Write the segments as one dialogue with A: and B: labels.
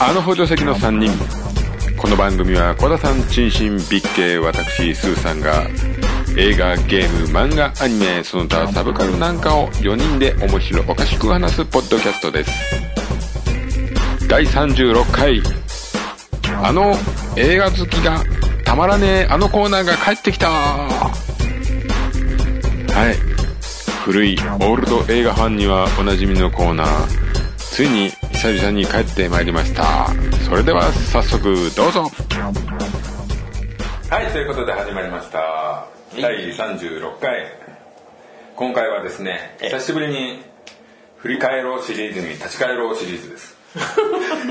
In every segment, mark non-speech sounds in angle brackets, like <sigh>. A: あの補助席の3人この番組は小田さん珍心ビッケ私スーさんが映画ゲーム漫画アニメその他サブカルなんかを4人で面白おかしく話すポッドキャストです第36回あの映画好きがたまらねえあのコーナーが帰ってきたはい古いオールド映画ファンにはおなじみのコーナーついに久々に帰ってまいりましたそれでは早速どうぞはいということで始まりました
B: い
A: 第36回今回はですね
B: え
A: 久しぶりに振り返ろうシリーズに立ち返ろうシリーズです
C: も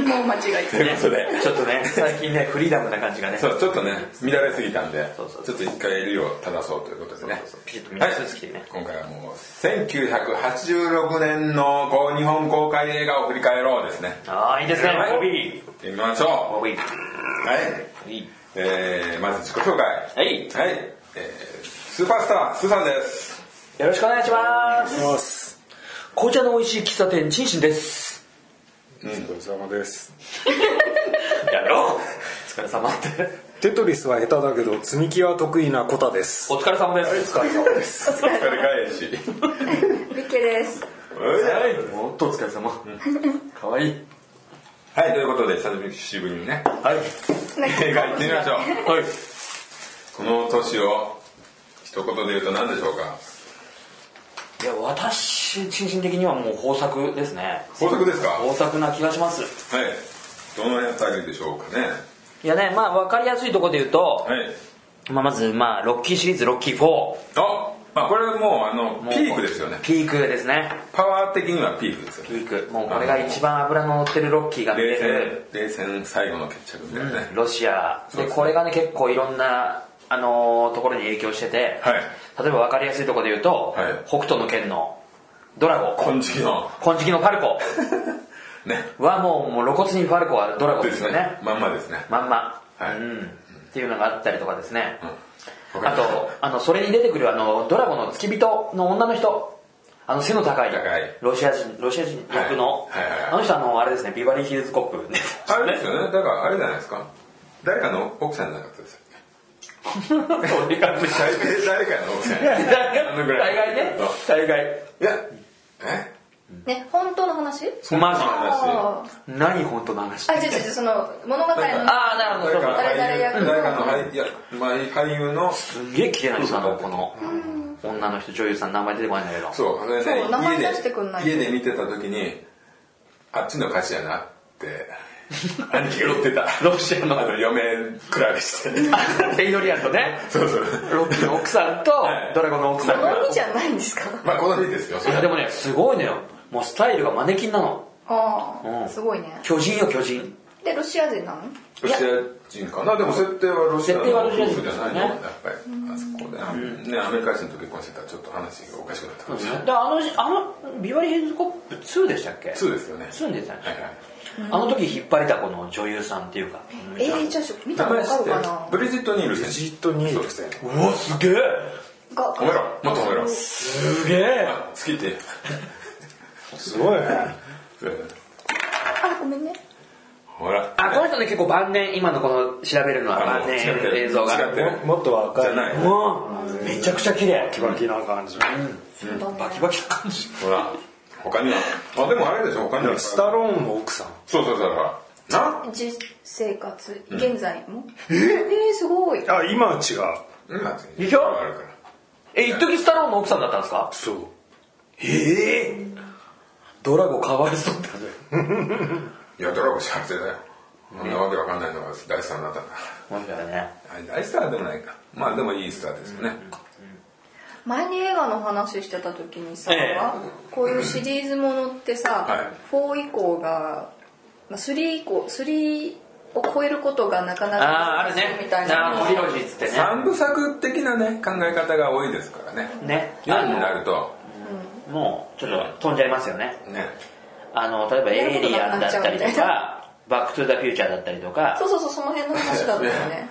C: う間違い
A: ということで
B: ちょっとね、最近ね、フリーダムな感じがね、
A: そうちょっとね乱れすぎたんで
B: そうそう
A: ちょっと一回理を正そうということでね
B: そうそうピシッと見直すつきね
A: はい今回はもう1986年のこう日本公開映画を振り返ろうですね
B: ああ、いいですね、
A: はい
B: ボビー。
A: 行ってみましょ
B: ボビー。
A: うはい
B: はい。
A: えー、まず自己紹介
B: はい
A: はい、えー、スーパースタースーさんです
B: よろしくお願いします。紅茶の美味しい喫茶店、チンシンです。
D: お疲れ様です。
B: やめろ。お疲れ様って。
D: テトリスは下手だけど積み木は得意なコタです。
B: お疲れ様です。お疲れ様です。
C: お疲れ
A: それ
C: 様
A: 返し
C: ミッケ
A: <laughs>
C: です
B: はい。もっとお疲れ様。かわいい。
A: はいということで久しぶりにね
B: はい。
A: 映画行ってみましょう
B: はい。
A: この年を一言で言うと何でしょうか
B: いや、私、チンシン的にはもう豊作ですね。
A: 豊作ですか
B: 豊作な気がします。
A: はい。どの辺あげるでしょうかね。
B: いやね、まあ、わかりやすいところで言うと、
A: はい。
B: まあ、まず、まあ、ロッキーシリーズ、ロッキー4。
A: あ、まあこれはもうあの
B: もう
A: ピークですよね。
B: ピークですね
A: パワー的にはピークですよ
B: ピ
A: ね。
B: ークもうこれが一番脂の乗ってるロッキーが見れる
A: 冷戦冷戦最後の決着みたいなね。
B: ロシア
A: そう
B: で
A: です
B: これがね結構いろんなあのーところに影響してて、
A: はい
B: 例えば分かりやすいところで言うと、
A: はい
B: 北斗の拳のドラゴン
A: 金色の
B: 金色のファルコ
A: ね。
B: はもうもう露骨にファルコはドラゴン
A: で
B: です
A: す
B: よね
A: ね。まんまですね。
B: まんま、
A: はい
B: うん、っていうのがあったりとかですね、
A: うん
B: あとあのそれに出てくるあのドラゴンの付き人の女の人あの背の高い
A: 高い
B: ロシア人ロシア人役の、
A: はいはいはいはい
B: あの人あのあれですねビバリーヒルズコップね
A: あれですよね。だからあれじゃないですか。誰かの奥さんじゃなかったですよね。
B: 俺が無視
A: 大体誰かの奥
B: <laughs>
A: さん。
B: 大
A: あのぐらい
B: 概ね大概
A: いや、え
C: ね本当の話
B: マジ
A: あ
C: あ
B: 何本当の話
C: ーあ違う違う違うその物語の
B: ああなるほ
A: 誰
B: どそう
A: か
B: そ
A: の
B: う
A: 俳優、
C: 誰々役の
A: 誰かの俳優いや、まあ俳優の、
B: すんげえ綺麗な人なのこの女の人女優さん名前出てこないんだけど
A: そう、それで
C: そう名
A: 家
C: 前
A: で
C: 出してくんない
A: 家で見てた時に、あっちの歌詞やなって、兄貴が言ってた。
B: ロシアの
A: あの、嫁比べ
C: <laughs>
A: して。
B: ペイドリアンとね
A: そうそう。
B: ロッキーの奥さんと
A: はい
B: ドラゴンの奥さんが
C: 鬼じゃないんですか
A: まあ、好みですよ、そ
B: い
A: れ
B: や
A: は
B: でもねすごいのよもうスタイルがマネキンなの
C: あ
B: うん
C: あすごいね
B: 巨人よ巨人
C: でロシア人なの
A: ロシア人かな。でも、設定はロシアの
B: 設定はロシア
A: 夫
B: 人
A: 婦じ
B: で
A: ゃ
B: す
A: な
B: よ
A: い
B: ね
A: のやっぱり、あそこで。ね、アメリカ人と結婚してたら、ちょっと話がおかしくなったかもしれない。
B: であのあのビバリーヒルズコップ2でしたっけ
A: そうですよね。
B: 2でしたっけ
A: はいはい。
B: あの時引っ張りだこの女優さんっていうか
C: えー、じゃあ見た
A: 名
C: ら
A: 前
C: わ
A: 知
C: か
A: っ
C: る
A: て
C: か
A: る
C: な
A: ブリジット・ニールセン。
D: ジットニールセン。
B: うわすげえ
C: が
A: 褒めろもっと褒めろ。
B: すげえ
A: あ好きって。
D: すごいね。
A: うん
C: あごめんね
A: ほら。
B: あこの人ね結構晩年今のこの調べるのは
A: あも
B: 晩
A: う違って
B: 年
A: る
B: 映像が
A: 違ってる
D: もっと
A: じ
D: 若
A: ゃ
D: い。
A: ない。
B: うんめちゃくちゃ綺麗
D: キバキな感じ。
B: バキバキな感じ
A: ほら、他には。あ、でもあれでしょ、他には。
D: スタローンの奥さん。
A: そうそうそうそう。な
C: 実生活現在もえー、すごい
D: あ、今は違う。
A: 今、
B: でしょ
A: あるから。
B: え一時スタローンの奥さんだったんですか
D: そう。
B: ええドラゴかわいそうだね
A: いや、ドラゴン幸せだよ。こんなわけわかんないのが大スターになったんだ。
B: マジだよね
A: あ大スターでもないか。まあでもいいスターですよね。
C: 前に映画の話してた時にさ、
B: え
C: こういうシリーズものってさ、
A: はい
C: 4以降が、まあ、3以降3を超えることがなかな
B: ああ
C: か
B: あるね
C: みたいな
B: あートリロジーっつってね
A: 三部作的なね、考え方が多いですからね。
B: ね
A: 夜になると、
B: もうちょっと飛んじゃいますよね
A: ね。
B: あの例えばエイリアンだったりとかバックトゥザフューチャーだったりとか
C: そうそうそうその辺の話だったよね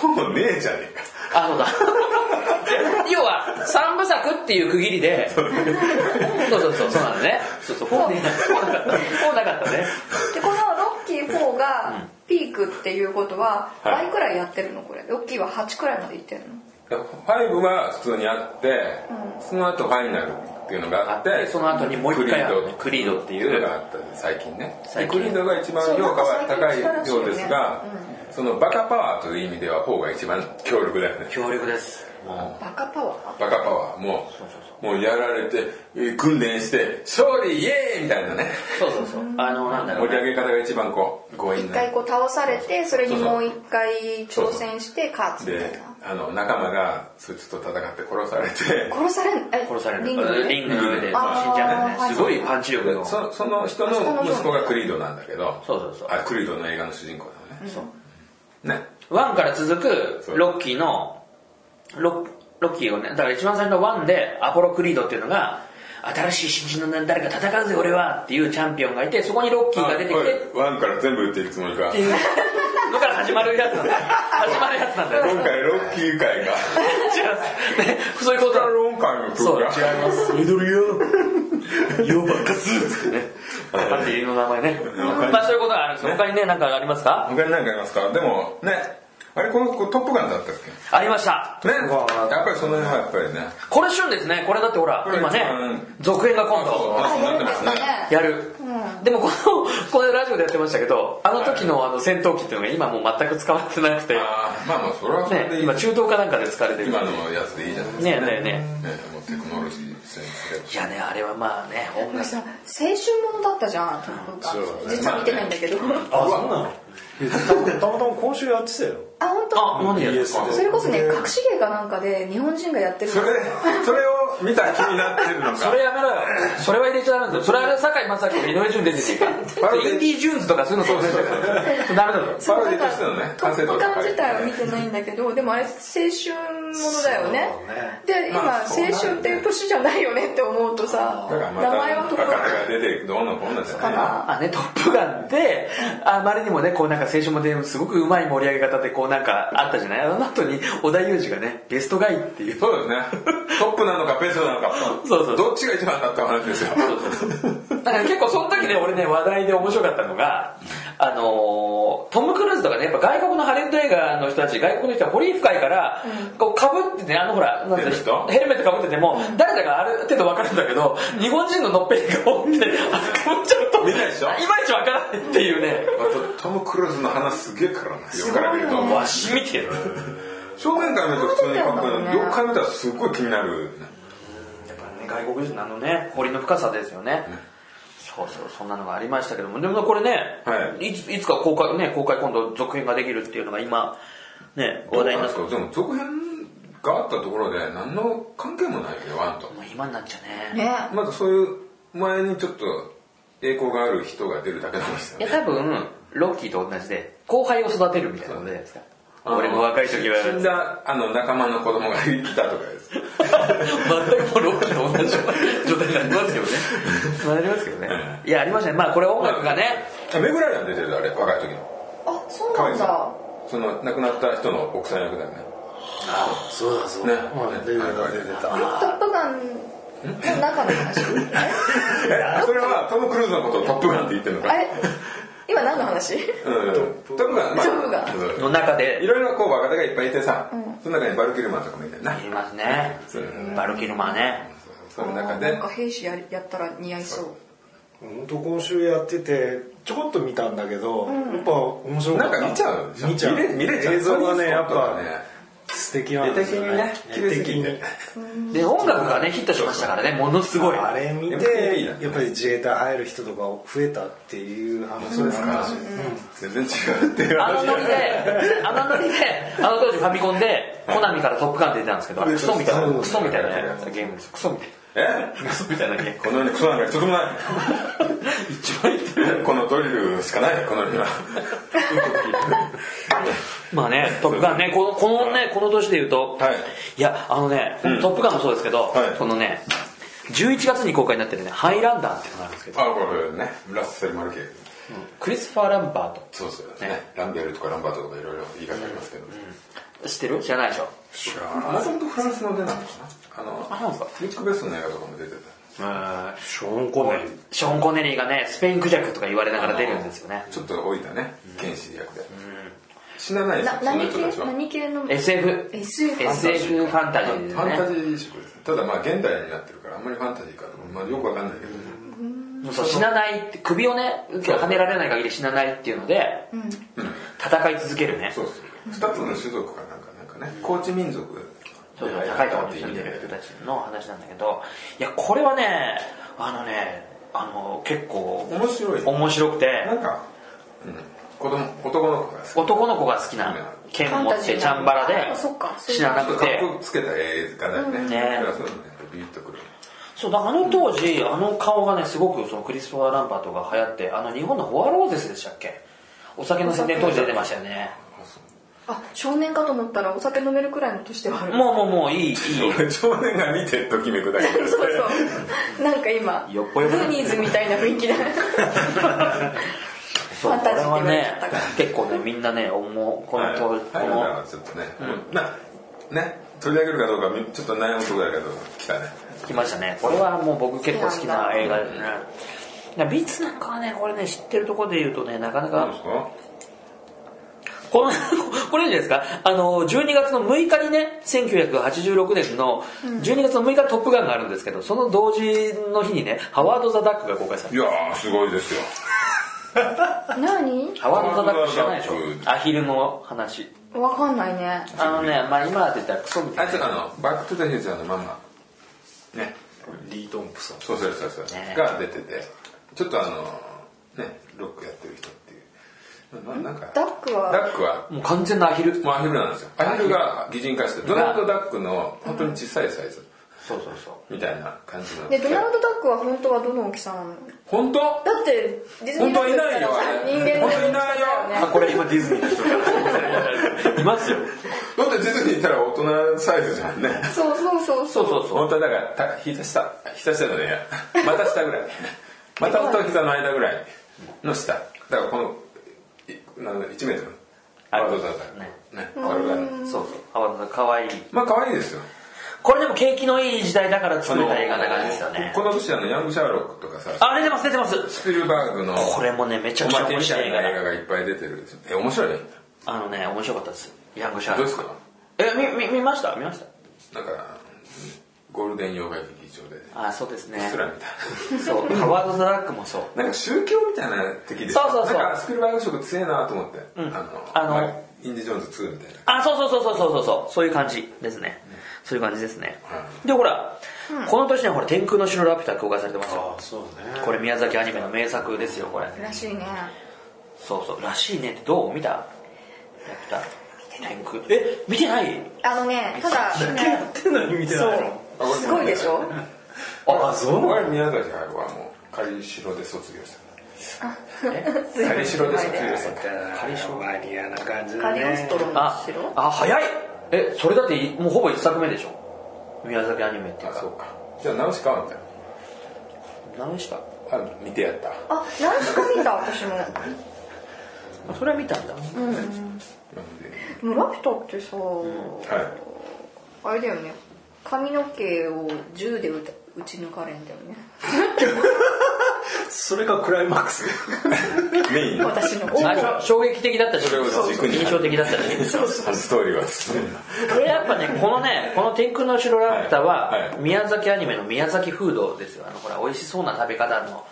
A: ほぼねえじゃねえか。
B: あそうだ <laughs> 要は三部作っていう区切りでそうそうそうそうなんだねそうそうこうねこうなかったこうなかったね
C: でこのロッキー4がピークっていうことは
A: はい
C: 倍くらいやってるのこれロッキーは8くらいまでいってるの
A: 5は普通にあって、その後ファイナルっていうのがあって
B: でその後にもう一回あるね
A: ク
B: ク
A: リ
B: リ
A: ー
B: ー
A: ド
B: ドっていう
A: のがあったんで最近ね
B: 最
A: ク
B: 近
A: リードが一番評価は高いようですがそのバカパワーという意味では4が一番強力だよね
B: 強力です
C: バカパワー
A: バカパワーもうもうやられてえー訓練して勝利イエーイみたいなね
B: そうそうそうあのなんだろ
A: 盛
B: う
A: り上げ方が一番こう強
C: 一
A: 引な
C: 回こう倒されてそれにもう一回挑戦して勝つみたい
A: で
C: な
A: あの仲間がそいつと戦って殺されて
C: 殺されんえ
B: 殺される
C: リングで
B: リングで死んじ
C: あー
B: ゃうんだよねすごいパンチ力
A: で
B: のそう
A: そその人の息子がクリードなんだけど
B: そうそうそう
A: あクリードの映画の主人公だよね
B: そう
A: ね
B: 1から続く
A: そう
B: ロッキーのロッロッキーをねだから一番最初の1でアポロクリードっていうのが新しい新人の誰か戦うぜ俺はっていうチャンピオンがいてそこにロッキーが出てきて
A: あこれワンから全部言ってるつもりか
B: っていうのから始まるやつなんだよ始まるやつなんだ <laughs> よ
A: 今回ロッキー会が
B: 違うねそういうこ
A: ス
B: と
A: タローン会のプログラム
B: そう違い
A: ますミドルよよばっかすってね
B: パンティの名前ねまあそういうことがあるんですよ他にね何かありますか
A: 他に何かありますかでもねあれこの子トップガンだったっけ
B: ありました
A: ね
E: ップガン
A: やっぱりその辺はやっぱりね
B: これ旬ですねこれだってほら
A: これ
B: 今ね
A: うん
B: 続編が今度
C: あやるんですかね
B: やる、でもこのこのラジオでやってましたけどあの時のあの戦闘機っていうのが今もう全く使われてなくて、
A: あーまあまあそれはそれで
B: ね、
A: いい
B: 今中東かなんかで使われてる
A: 今
B: ね
A: のやつでいいじゃないですか
B: えねえね
A: ねもうテクノロジー先
B: えいやねあれはまあね音楽
C: さ青春ものだったじゃんトップガン
A: そうだね
C: 実は見てないんだけどあ
E: あそうなのいやたまたまたま今週やってたよ
C: 本
B: あ
C: 当
B: 何やる
E: BS で
C: それこそね隠し芸かなんかで日本人がやってる
A: 生それそれを見た気になってるの
B: そ
A: か
B: れやめろよそれは入れちゃダメだ <laughs> よそれは堺正章井上順出てるからインディ・ジューンズと <laughs> かそういうのそうですよダメだよ
A: パロデ
C: だ
A: ィとしてのね
C: ト
A: 完成
C: ッ
A: 度
C: プ
A: が
C: ガン
A: 高い
C: 自体は見てないんだけどでもあれ青春ものだよね
E: そうね
C: で今、
A: まあそう
C: 青
A: なるよね
C: 春っていう年じゃないよねって思うとさ
A: だからま
C: 名前は
A: た
C: トッ
A: バ
C: プ
A: カ
C: ガ
A: が
C: ン
A: 出てどうのこうのじゃないよ
B: あね、トップガンで、あまりにもね、こうなんか青春もですごくうまい盛り上げ方で、こうなんかあったじゃないあの後に織田裕二がね、ベストガイっていう。
A: そうですねトップなのかベストなのか
B: そうそう
A: どっちが一番だった話ですよ
B: だから結構その時ね、俺ね、話題で面白かったのが、あのートム・クルーズとかね、やっぱ外国のハリウッド映画の人たち、外国の人は堀井深いから、こう被ってね、あのほら、なん
A: ヘ
B: て
A: ルメット
B: ヘルメット被ってても、誰だかある程度わかるんだけど、日本人ののっぺり顔って、あそこ被っちゃうと、
A: 見ないでしょ
B: いまいちわからないっていうね。
A: あとトム・クルーズの話すげえからな横から見ると
B: わし見てる。
A: 正面から見ると普通にかっこいいのに
C: そうだよね
A: 横から見たらすっごい気になる
B: ね外国人のあのね堀の深さですよね、そうそうそんなのがありましたけどもでもこれね、、
A: はい
B: ついつか公開ね公開今度続編ができるっていうのが今ね
A: ど
B: 話
A: う
B: 題
A: な
B: に
A: んです
B: なっても
A: かでも続編があったところで何の関係もないよねワンと
B: う今になっちゃうね
C: ね
A: まだそういう前にちょっと栄光がある人が出るだけなんですよ
B: い
A: ね
B: や多分ロッキーと同じで後輩を育てるみたいなことじゃないですか <laughs> 俺も若い時は
A: 死んだあの仲間の子供がいたとかです
B: 全くもうロッキーと同じ状態になります <laughs> よねなりますけどねいやありましたねまあこれ音楽がね
A: あメグライアン出てるあれ若い時の
C: あそうなん
A: さ
C: だ
A: んその亡くなった人の奥さん役だよね
E: そうだそう
A: ね
E: うん出てた出て
C: あ
E: た
C: れトップガンの中の
A: <laughs>
C: 話
A: えそれはトム・クルーズのことをトップガンって言ってるのか
C: あれ今何の話
A: うんトップガンまあ
C: トップガン
A: そうそう
B: の中で
A: いろいろこう若手がいっぱいいてさその中にバルキルマンとかもいてるな
B: ありますねバルキルマーね
A: その中
C: な
A: で
C: んか兵士やりやったら似合いそう
E: 本当今週やっててちょこっと見たんだけど、やっぱ面白か
A: な
E: っ
A: ん
E: た
A: か見ちゃうでしょ
E: 見ちゃう
A: 見れ見れちゃう
E: 映像が
A: そうい
E: ね
A: う
E: やっ
A: スポット
E: ぱ
A: がね
E: 素敵なんですよね
A: 絵的にね綺麗すぎて
E: 絵的
B: で音楽がねヒットしましたからねものすごい
E: あれ見
A: MTV
E: て
A: だね
E: やっぱり自衛隊入る人とか増えたっていう話
A: そうですか全然違うっていう
B: あ
A: 話
B: のノリで、 <laughs> あのノリで、あの当時ファミコンで、コナミからトップガン出てたんですけど、あれクソみたいな、クソみたいなゲームです。クソみたい
A: え
B: な。クソみたいなゲーム。
A: この世にクソなんか一つもない
B: <laughs> 一番いいって
A: このドリルしかないこの <laughs> 世には
B: まあね、トップガンね、このこのね、この年で言うと、
A: はい
B: いや、あのね、トップガンもそうですけど
A: はい、
B: このね、11月に公開になってるね、ハイランダーっていうのがあるんですけど、
A: あこれねラッセル・マルケー
B: クリスファー・ランバート。
A: そうですよねランベルとかランバートとかいろいろ言い方ありますけど、
B: 知ってる知らないでしょ
A: もともとフランスの出なのかなあの
B: あそうなんですか
A: ルックベストの映画とかも出てた
B: うん
E: ショーン・コネリー
B: ショーン・コネリーがねスペインクジャクとか言われながら出るんですよね
A: ちょっと老いたね剣士役で死なないですよ
C: な
A: その
C: 何
A: 人
C: 系
A: たちは
C: 何系の
B: SF
C: SF
B: SF ファンタジー
A: ファン
B: で
A: タ
B: す
A: ジ
B: ね
A: ー色ですただまあ現代になってるからあんまりファンタジーかとまあよくわかんないけど
B: そう死なないって首をね跳ねられない限り死なないっていうので戦い続けるね
A: そうそう2つの種族かなんかなんかね高知民族
B: そうそう高いところに住んでる人たちの話なんだけどいやこれはねあのねあの結構
A: 面白い
B: 面白くて
A: なんか、うん、子供男の子が好き
B: 男の子が好きな剣持ってチャンバラで
C: あそっかそういう
B: 死
C: の
B: なな
A: ちょっ
B: く
A: と
B: て
A: 格好つけた映画だよね。
B: ん
A: そ
B: ね
A: れはそういうのね、ビビッとくる。
B: そうだからあの当時あの顔がねすごくそのクリストファー・ランパートが流行ってあの日本のフォアローゼスでしたっけお酒の宣伝当時出てましたよね
C: あ少年かと思ったらお酒飲めるくらいの年ではある
B: もうもうもういいいい
A: 俺少年が見てときめくだけ
C: そうそうなんか今
B: よっぽ
C: ブ
B: よっぽ
C: ーニーズみたいな雰囲
A: <laughs>
C: 気で
B: そう
C: ファン
B: こ
C: タ
B: れ
C: ジー
B: は
C: って言われち
B: ね
C: ゃったから
B: 結構ねみんなね思うこの
A: はい、
B: 当
A: は
B: この
A: い、ちょっとね、な、ね、取り上げるかどうかみ、ちょっと悩むとこだけど、来たね。
B: 来ましたねこれはもう僕結構好きな映画ですねだからビーツなんかはねこれね知ってるところで言うとねなかな
A: どうです
B: か
A: か。
B: この <laughs> これいいじゃないですかあの12月の6日にね1986年の12月の6日「トップガン」があるんですけどその同時の日にねハワード・ザ・ダックが公開され
A: い
B: る
A: やー、すごいですよ。
C: 何
B: ハワード・ザ・ダック知らないでし
A: ハワードザダッ
B: ょアヒルの話
C: わかんないね
B: あのねまあ今って言ったらクソみた
A: あ
B: い
A: い
B: な
A: つ、あの、バックトゥザフューチャーのママ。ね、
E: リー・トンプソン
A: そうそうそうそう、
B: ね
A: が出てて、ちょっとあの、ね、ロックやってる人っていう。ななんか。
C: ダックは
A: ダックは。
B: もう完全なアヒル
A: もうアヒルなんですよアヒルが擬人化してドナルド・ダックの本当に小さいサイズ
B: そうそうそう
A: みたいな感じの
C: でドナルド・ダックは本当はどの大きさなのだ
A: 本当
C: ってディズニ
A: 本
C: ーラ
A: 当い
C: ンドだ
A: な
C: った
A: いよ
C: らさ
A: あれ
C: 人間の
A: 本当いないよ
C: 大きさだよ
B: あ
C: ね
B: これ今ディズニーの人がいますよ
A: だってディズニー行ったら大人サイズじゃんね
C: そうそうそう
B: そうそうそう
A: 本当はだからた膝下膝下のねまた下ぐら
B: <laughs>
A: いまたと膝の間ぐらいの下だからこのいなんだ1メートル
B: あ
A: ワールドだった
B: ね
A: らねこれぐらい
B: そうそうハワード・ザ・ダックかわいい
A: まあ可愛いですよ
B: これでも景気のいい時代だから
A: あ
B: 作れ
A: の
B: た映画な感じですよね
A: この年あのヤング・シャーロックとかさ
B: あ出てます出てます
A: スピルバーグの
B: これもねめちゃくちゃ
A: おまけ
B: 面
A: み
B: 白
A: た
B: い
A: い
B: 映
A: な
B: 画
A: 映画がいっぱい出てるんですよえ面白いね
B: あのね面白かったですヤングシャー
A: どう
B: ロ
A: で
B: ッ
A: す
B: ク
A: か
B: えみみ見ました見ました
A: なんかうんゴールデン洋画劇場でう
B: あそうですね
A: っすらみたい
B: そうハワード・ザ・ダックもそう
A: ななんか宗教みたいな敵で
B: そうそうそう
A: なんかスピルバーグ色強えなと思って、
B: ん
A: あの
B: あの
A: まあインディ・ジョーンズ2みたいな
B: あそうそうそうそうそうそうそうそういう感じですね、そういう感じですね、でほら、この年にはほら天空の城ラピュタ公開されてますよ
E: そうね
B: これ宮崎アニメの名作ですよこれ
C: らしいね
B: そうそうらしいねってどう見たラピュタ天空え見てない
C: あのね
A: <laughs>
C: ただ
E: ってのに見てないの
C: そうすごいでしょ
E: あそう
A: 僕は宮崎駿はもう仮城で卒業した
C: 随分
A: 仮城で卒業した
E: カリショマニアな感じ
C: カ
E: だ
C: リオストロの
B: あ
C: 城
B: あ早いえそれだってもうほぼ1作目でしょ宮崎アニメっていう
A: あ
B: か
A: そうかじゃあ直しかみたい
B: 何でした
A: なあ見てやった
C: あ何しか見た私も
B: それは見たんだ
A: なんで
C: でもラピュタってさ
A: はい
C: あれだよね髪の毛を銃で撃た撃ち抜かれんだよね
E: それがクライマックス
A: メインの
C: 私の
B: あれは衝撃的だったし
A: それを軸に
B: 印象的だったし
A: ストーリーは進んだ
B: これやっぱねこのねこの「天空の城ラピュタは」
A: はいはい
B: 宮崎アニメの宮崎フードですよあのほら美味しそうな食べ方の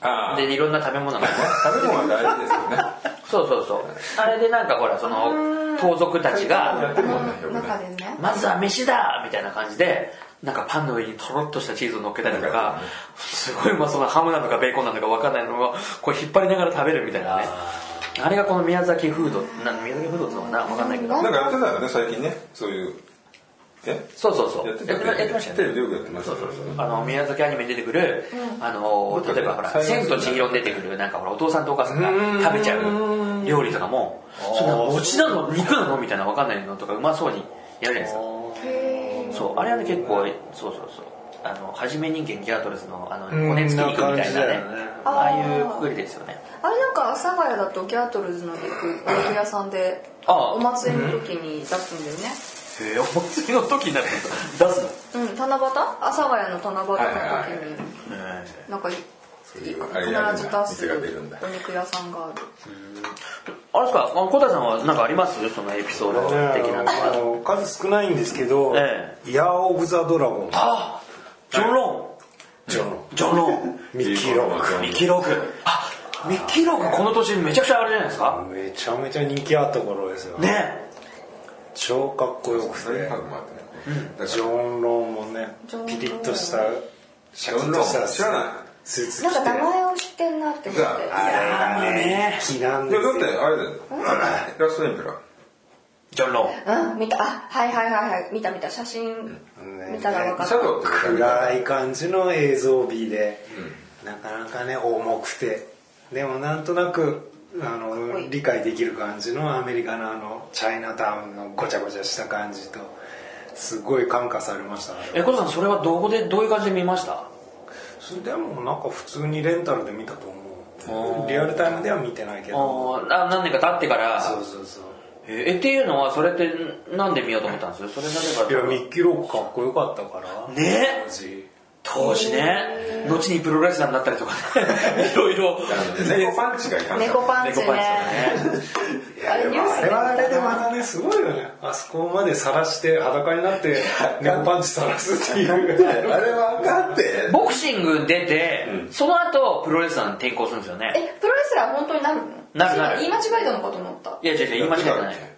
A: ああ
B: でいろんな食べ物が
A: 食べ物は大事ですよね
B: そうそうそうあれでなんかほらその盗賊たち
A: やっ
B: が
A: てるもんねよくね
C: 中でね
B: 「まずは飯だ!」みたいな感じでなんかパンの上にとろっとしたチーズを乗っけたりとかすごいうまそうなハムなのかベーコンなのか分かんないのをこう引っ張りながら食べるみたいなねあれがこの宮崎フードな宮崎フードっていうのかな分かんないけど
A: なんかやってたよね最近ねそういうえ
B: そうそうそう
A: やってた
B: やってましたよね
A: テレビでよくやってましたそうそう
B: あの宮崎アニメに出てくる、あの
A: 僕
B: 例えばほら「
A: 最初
B: 千と千尋」に出てくるなんかほらお父さんとお母さんが食べちゃう料理とかもそんな餅なの肉なのみたいなわかんないのとかうまそうにやるじゃないですかそうあれはね結構そうそうそうあのはじめ人間ギャートルズのあの骨付き肉みたいなね
E: うんな感じだよね
B: ああいうくくりですよね
C: あれなんか阿佐ヶ谷だとギャートルズの肉肉屋さんで
B: あ
C: お祭りの時に出すんだよね
B: えお祭りの時になる <laughs> と出すの
C: うん七夕阿佐ヶ谷の七夕の時になんか
A: ういうあれやるんだ
C: 必ず
A: 店が出
C: 出す
A: るんだ
C: お肉屋さんがある
B: あれですかあ小田さんは何かありますそのエピソード的なの
E: あ
B: は
E: の数少ないんですけど
B: え
E: 「ヤー・オブ・ザ・ドラゴン
B: あジョン・ロ」
E: ジョン
B: ンジョン・ロン
E: ミッキー・ロック
B: ミッキー・ロークあミッキー・ロークこの年めちゃくちゃあれじゃないですか
E: めちゃめちゃ人気あった頃ですよ
B: ね
E: 超かっこよく
A: それ
E: て
A: パグもあってねだか
E: ジョン・ローンもね
C: ジョンローン
E: ピリッとしたシャ
A: ら
E: キ
A: ジョン
E: ッ
A: ロ
E: とした
A: ーン知らない
E: スーツ着
C: なん
E: て
C: か名前を知ってんなって思って
A: うわ
E: あれが
B: ね
E: ね気なん
A: い
E: で
A: や
E: す
A: だ
E: よ
A: ってあれだよラストエンペラー
B: ジョン・ロン
C: うん見たあはいはいはいはい見た見た写真見たら分かっ
A: シ
C: た
A: ャドウってことだよね
E: 暗い感じの映像美で、なかなかね重くてでもなんとなくあ
C: こ
E: の
C: いい
E: 理解できる感じのアメリカのあのチャイナタウンのごちゃごちゃした感じとすごい感化されましたね
B: え小田さんそれはどこでどういう感じで見ました
E: それでもなんか普通にレンタルで見たと思うリアルタイムでは見てないけ
B: あ
E: ど
B: ーあ何年か経ってから
E: そうそうそう
B: えーえっていうのはそれってなんで見ようと思ったんですそれないぜ
E: や
B: か
E: ミッキーロックかっこよかったから
B: ね
E: 当時
B: 当時ね後にプロレスラーになったりとかね <laughs> いろいろ
A: 猫パンチがいかんから
C: 猫パンチ
B: 猫パンチとか
C: ね
B: ね
E: いや
C: あれ
E: で
C: ニュー
E: も
C: ス
E: あ
C: で
E: れはあれでまたねすごいよねあそこまで晒して裸になって猫パンチ晒すっていう
A: あれはかって
B: ボクシング出てその後プロレスラーに転向するんですよね
C: えプロレスラー本当になるの
B: なるなる
C: 私今言い間違えたのかと思った
B: いや違う違う言い間違えてない
A: ね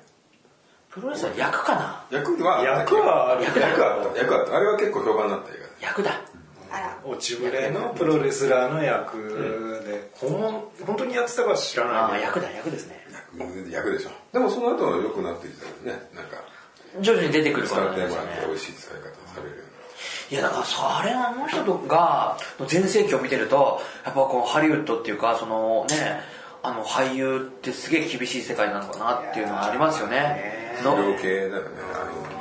B: プロレスラー役かな
A: 役はあった
E: 役はある
A: 役はあった役はあったあれは結構評判になった映画
B: 役だ
C: あら
E: 落ちぶれのプロレスラーの役で本物本当にやってたかは知ら
B: あ
E: な
B: あ
E: い
B: 役だ役ですね
A: 役役でしょでもその後は良くなってきたよねなんか
B: 徐々に出てくる
A: 使
B: から
A: っ
B: なんで
A: て
B: す
A: も
B: よ
A: らっ
B: ね
A: て美味しい使い方をされるよ
B: いやだからそれはあの人が全盛期を見てるとやっぱこうハリウッドっていうかそのねあの俳優ってすげえ厳しい世界なのかなっていうのはありますよね
A: う
B: の
A: な医療系だよね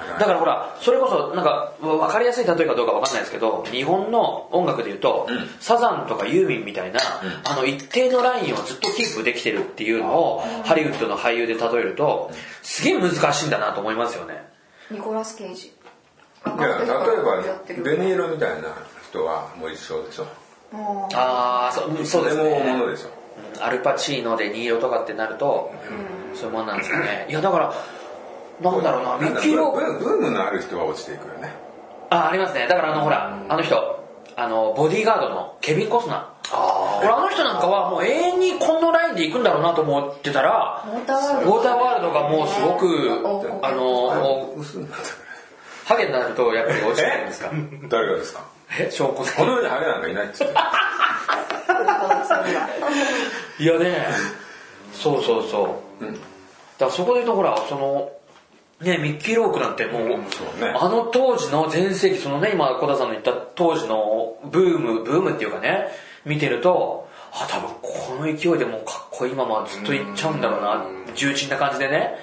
A: あ
B: だからほらそれこそなんか分かりやすい例えかどうか分かんないですけど日本の音楽でいうと、サザンとかユーミンみたいな、あの一定のラインをずっとキープできてるっていうのを、ハリウッドの俳優で例えるとすげえ難しいんだなと思いますよね
C: ニコラス・ケイジ
A: のいや例
C: やって
A: えばベ
C: る
A: ネイロみたいな人はもう一緒でしょ
C: あー
B: ああそうそうです
A: れもも
B: ね
A: のでしょ
B: うんアルパチーノでニーロとかってなると、そういうもんなんですよねいやだからなんだろうなミ
A: ん
B: ッ
A: だ
B: キーロー
A: ブ
B: ク
A: ームブームのある人は落ちていくよ
B: <laughs>
A: ね
B: あありますねだからあのほらあの人あのボディーガードのケビン・コスナー俺あの人なんかはもう永遠にこのラインで行くんだろうなと思ってたら
C: ウォーターワー
B: ウ
C: ルド
B: ォーターワールドがもうすごく
C: お
B: あの
A: 薄になったか
B: ハゲになるとやっぱり落ちてくるんですから
A: 誰がですか
B: え証拠
A: この世にハゲなんかいないっつって
B: いやねそうそうそう、だからそこで言うとほらそのねミッキー・ロークなんてもう,、
A: そうね
B: あの当時の全盛期そのね今小田さんの言った当時のブームブームっていうかね見てるとあ多分この勢いでもうかっこいいままずっといっちゃうんだろうな重鎮な感じでね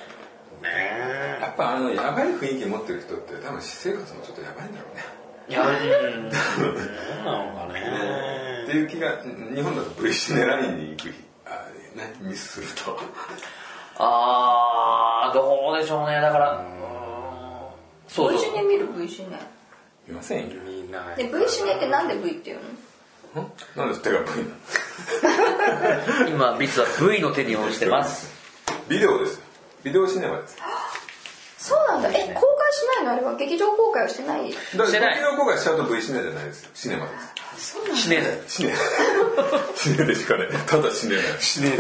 A: やっぱあのやばい雰囲気持ってる人って多分私生活もちょっとやばいんだろうね
B: いやうん
E: そうなのかね
A: っていう気がうん日本だと V シネラインに行く日あねミスすると <laughs>
B: あーどうでしょうねだからうんそう
C: 美味
B: そ
C: し
B: う
C: いね見る V シネ
A: いませんよ
E: みんな
C: で V シネってなんで V っていうの
A: なんで手が V なの
B: 今ビッツは V の手に応じてます
A: ビデオですよビデオシネマです
C: そうなんだえ公開しないのあれは劇場公開はしてない
A: だ
B: してない
A: ビデオ公開しちゃうと V シネじゃないですよシネマで
C: そうなんだ
B: しねえだよ
A: すシネシネでしかねただシネマシネ V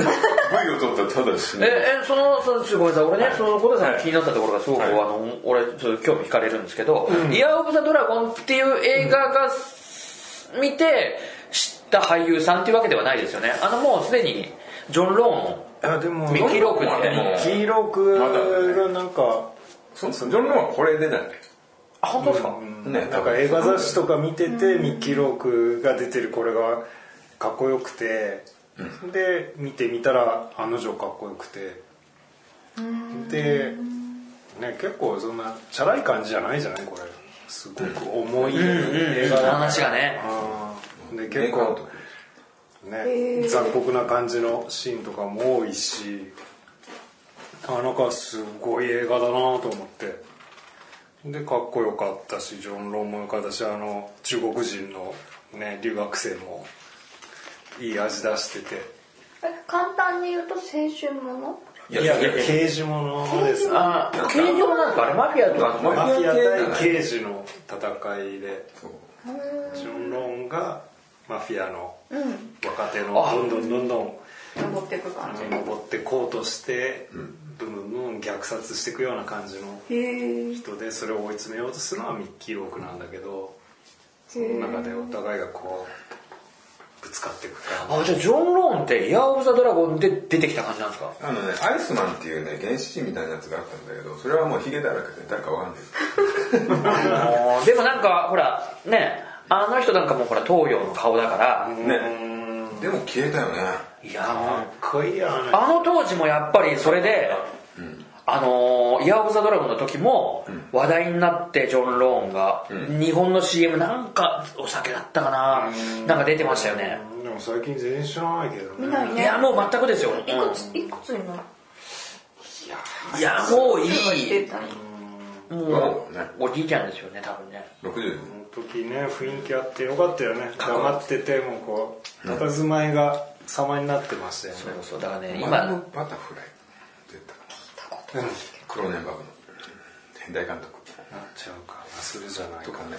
A: を撮ったらただシネ
B: ええそのそのちょっとごめんなさい俺ね、その小田さんが気になったところがすごく、
A: はい
B: あの俺ちょっと興味惹かれるんですけど「イヤー・オブ・ザ・ドラゴン」っていう映画が、見て知った俳優さんっていうわけではないですよねあのもうすでにジョン・ローン
E: あでも
B: ミッキー・ローク
A: ローンは
B: っ
A: も
B: て
A: う
E: 黄色くがなんか
A: そそジョン・ロンはこれでだね
B: あ本当ですか、
A: ね
E: なんか映画雑誌とか見ててミッキー・ロークが出てるこれがかっこよくてで見てみたら案の定かっこよくてで、ね、結構そんなチャラい感じじゃないじゃないこれすごく重い映画だ
B: 話がね
E: うんで
A: 映
E: 結
A: 画監
E: 構
A: 督
E: ね残酷な感じのシーンとかも多いしあなんかすごい映画だなと思ってでかっこよかったしジョン・ロンもよかったしあの中国人の、ね、留学生もいい味出してて
F: 簡単に言うと青春もの
E: いや刑事ものですね
B: ああ刑事もなんかあれマフィアとか
E: マフィア
A: マフィア
E: 対刑事の戦いでジョン・ロンがマフィアの若手のどんどんどんどん
C: 登っていく感じ
E: 登ってこうとしてどんどんどん虐殺していくような感じの
C: へえ
E: 人でそれを追い詰めようとするのはミッキー・ロークなんだけどその中でお互いがこうぶつかっていく感
B: あじゃあジョン・ローンってイヤー・オブ・ザ・ドラゴンで出てきた感じなんですか
A: あのね、アイスマンっていうね、原始人みたいなやつがあったんだけど、それはもうヒゲだらけで誰かわかんないです。
B: でもなんかほらねあの人なんかもうほら東洋の顔だから、
A: ね。でも消えたよね。
B: いやー
E: じかっこいいよね
B: あの当時もやっぱりそれで、あのーイヤー・オブ・ザ・ドラゴンの時も話題になってジョン・ローンが、日本の CM なんかお酒だったかな、なんか出てましたよね、
E: でも最近全然知らないけどね
C: 見ない
B: い
C: ね
B: やもう全くですよ、
C: いくついくつになる
B: うんいやもういい
C: 出た
B: も
A: ね
B: うおじいちゃんですよね多分ね
A: 60
E: あの時ね雰囲気あってよかったよね黙っててもこう佇まいが様になってましたよね
B: そうそうだからね
A: 今
B: 今
A: のバタフライ。出た。クローネンバーグの変態監督。
E: なっちゃうかなするじゃない
A: と
E: か
A: かね。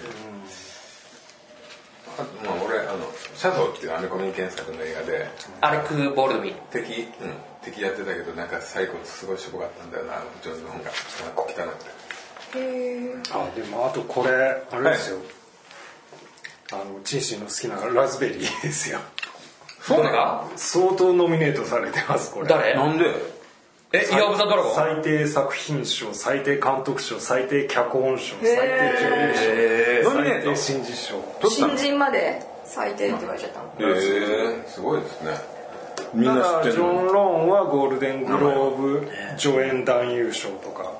A: あと、まあ俺、あの、シャドウっていうアメコミ原作の映画で、
B: アレク・ボルドビン
A: 敵、うん、敵やってたけど、なんか最後すごいしょぼかったんだよな、ジョーンズの本が。汚くて。
E: あでもあとこれあれですよ、あのチンシンの好きなラズベリーですよ
B: そうか
E: 相当ノミネートされてますこれ
B: 誰
A: んで
B: えイヤー・オブ・ザ・ドラゴン
E: 最低作品賞最低監督賞最低脚本賞最低女優賞
A: えー、ノミネ
E: 最
A: ート
E: 低新人賞
A: 取ったの
C: 新人まで最低って言われちゃったの
A: えー、すごいですね。みん
E: た
A: な
E: だ
A: 知って
E: ジ
A: るの
E: ョン・ロンはゴールデングローブ助演男優賞とか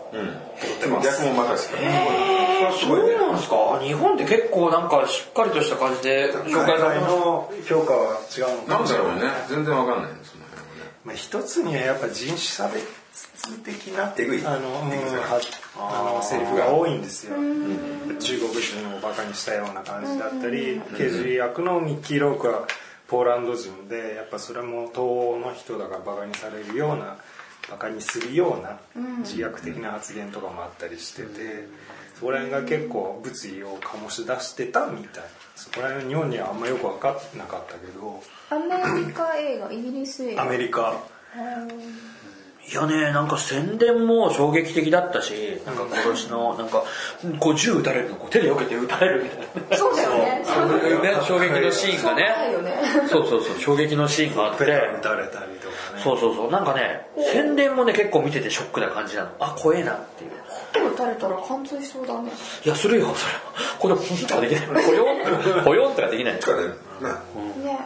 A: でも逆もまたしかす
B: そうなんですか日本って結構なんかしっかりとした感じで紹
E: 今
B: 介され
E: 回
B: てます
E: の評価は違うのか
A: なん
E: もし
A: だ
E: れな
A: ろ
E: い
A: うね全然わかんないんですもんね
E: まあ、一つにはやっぱ人種差別的な
A: えぐい
E: あの、うんはあのセリフが多いんですよ中国人をバカにしたような感じだったり刑事役のミッキー・ロークはポーランド人でやっぱそれも東欧の人だからバカにされるようなバカにするような自虐的な発言とかもあったりしててそこら辺が結構物議を醸し出してたみたいそこら辺日本にはあんまよく分かんなかったけど
F: アメリカ映画イギリス映
E: ア
F: 画
E: メリカ
B: いやねなんか宣伝も衝撃的だったしなんか殺しのなんかこう銃撃たれるのこう手で避けて撃たれるみたいな
C: そうだよね
B: <laughs>
C: そう
B: ね衝撃のシーンが
C: だ
B: ね
C: よね
B: そうそうそう衝撃のシーンがあって
E: ペラ打たれたりとかね
B: そうそうそうなんかね宣伝もね結構見ててショックな感じなのあ怖えなっていう
C: 手打たれたら貫通しそうだね
B: いやするよそれはこれポンとかできないポヨンポヨンとかでき <laughs> ない
A: これねな
F: ね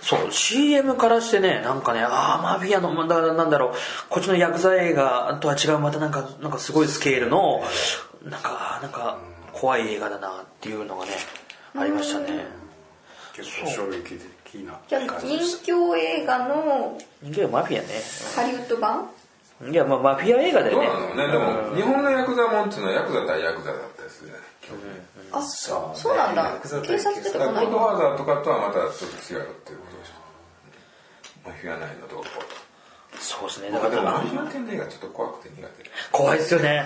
B: そう CM からしてねなんかねああマフィアのまだなんだろうこっちのヤクザ映画とは違うまたなんかなんかすごいスケールのなんかあーなんか怖い映画だなっていうのがねありましたね
E: 結構衝撃的な
C: じゃあ人侠映画の
B: いやマフィアね
C: ハリウッド版
B: いやまあマフィア映画だ
A: ど
B: よ
A: う
B: ね
A: なのねでも日本のヤクザもんっていうのはヤクザ対ヤクザだったりするじゃない
C: あそうなんだ警察出て
A: だか
C: こな
A: ら
C: い
A: ゴッドファーザーとかとはまたちょっと違うっていうことでしょマフィア内の動向
B: そうですねだ
A: と
B: か
A: かでもマ
B: ら
A: フィア系の映画ちょっと怖くて苦手
B: 怖いっす
A: <laughs>
B: よね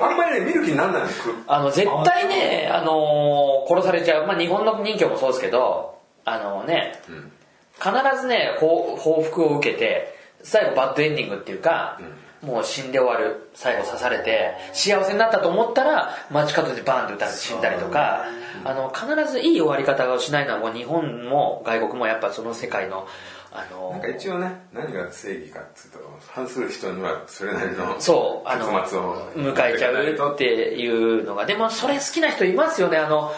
A: あんまりね見る気になんないの
B: あの絶対ねあのー殺されちゃうまあ日本の人気もそうですけどあのね
A: ん
B: 必ずね報報復を受けて最後バッドエンディングっていうか、もう死んで終わる最後刺されて幸せになったと思ったら街角でバーンって撃たれて死んだりとか、あの必ずいい終わり方をしないのはもう日本も外国もやっぱその世界のあの
A: なんか一応ね何が正義かっていうと反する人にはそれなりの
B: そう、あの、
A: 結末を
B: 迎えちゃうっていうのが、でもそれ好きな人いますよね、あの、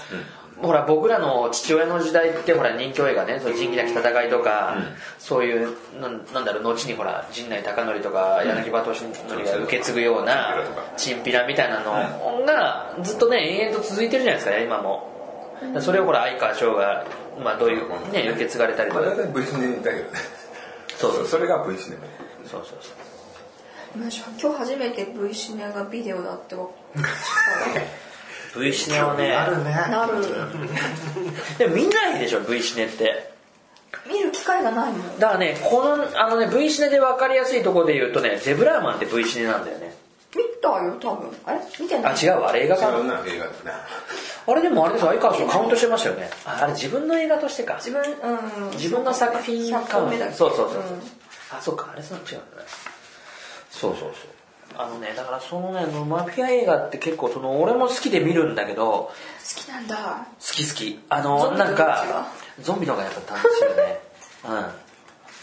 B: ほら僕らの父親の時代ってほら人気映画ね、そう仁義なき戦いとか、そういうなんなんだろう後にほら陣内孝則とか柳葉敏則が受け継ぐような
A: チンピラとか
B: チンピラみたいなのがずっとね延々と続いてるじゃないですか今も、それをほら相川翔が、まあ、どういうね受け継がれたりと
A: まあ
B: か
A: 大体 V シネだけどね
B: そうそう
A: それが V シネマ
B: そうそうそう
C: 私今日初めて V シネがビデオだって分かっ
B: V シネはね
E: ある
C: た
E: ね
C: なる
B: でも見ないでしょ V シネって
C: 見る機会がないもん
B: だからねこのあのね V シネで分かりやすいところで言うとねゼブラーマンって V シネなんだよね
C: 見たよ多分あれ見てな
B: あ
C: い
B: 違うあれ映画
A: そ
B: 館
A: んな映画だな
B: あれでもあれですよ相川さんカウントしてましたよねああれ自分の映画としてか
C: 自分うん
B: 自分の作品
C: 100
B: か
C: 本目だっけ
B: そうそうそう、
C: ん
B: あそうかあれその違うんだねそうそうそうあのねだからそのねマフィア映画って結構その俺も好きで見るんだけど
C: 好きなんだ
B: 好き好きあ
C: ゾ
B: の
C: ンビの
B: なんか
C: 話は
B: ゾンビの方がやっぱ楽しいよ
C: <laughs>
B: ねうん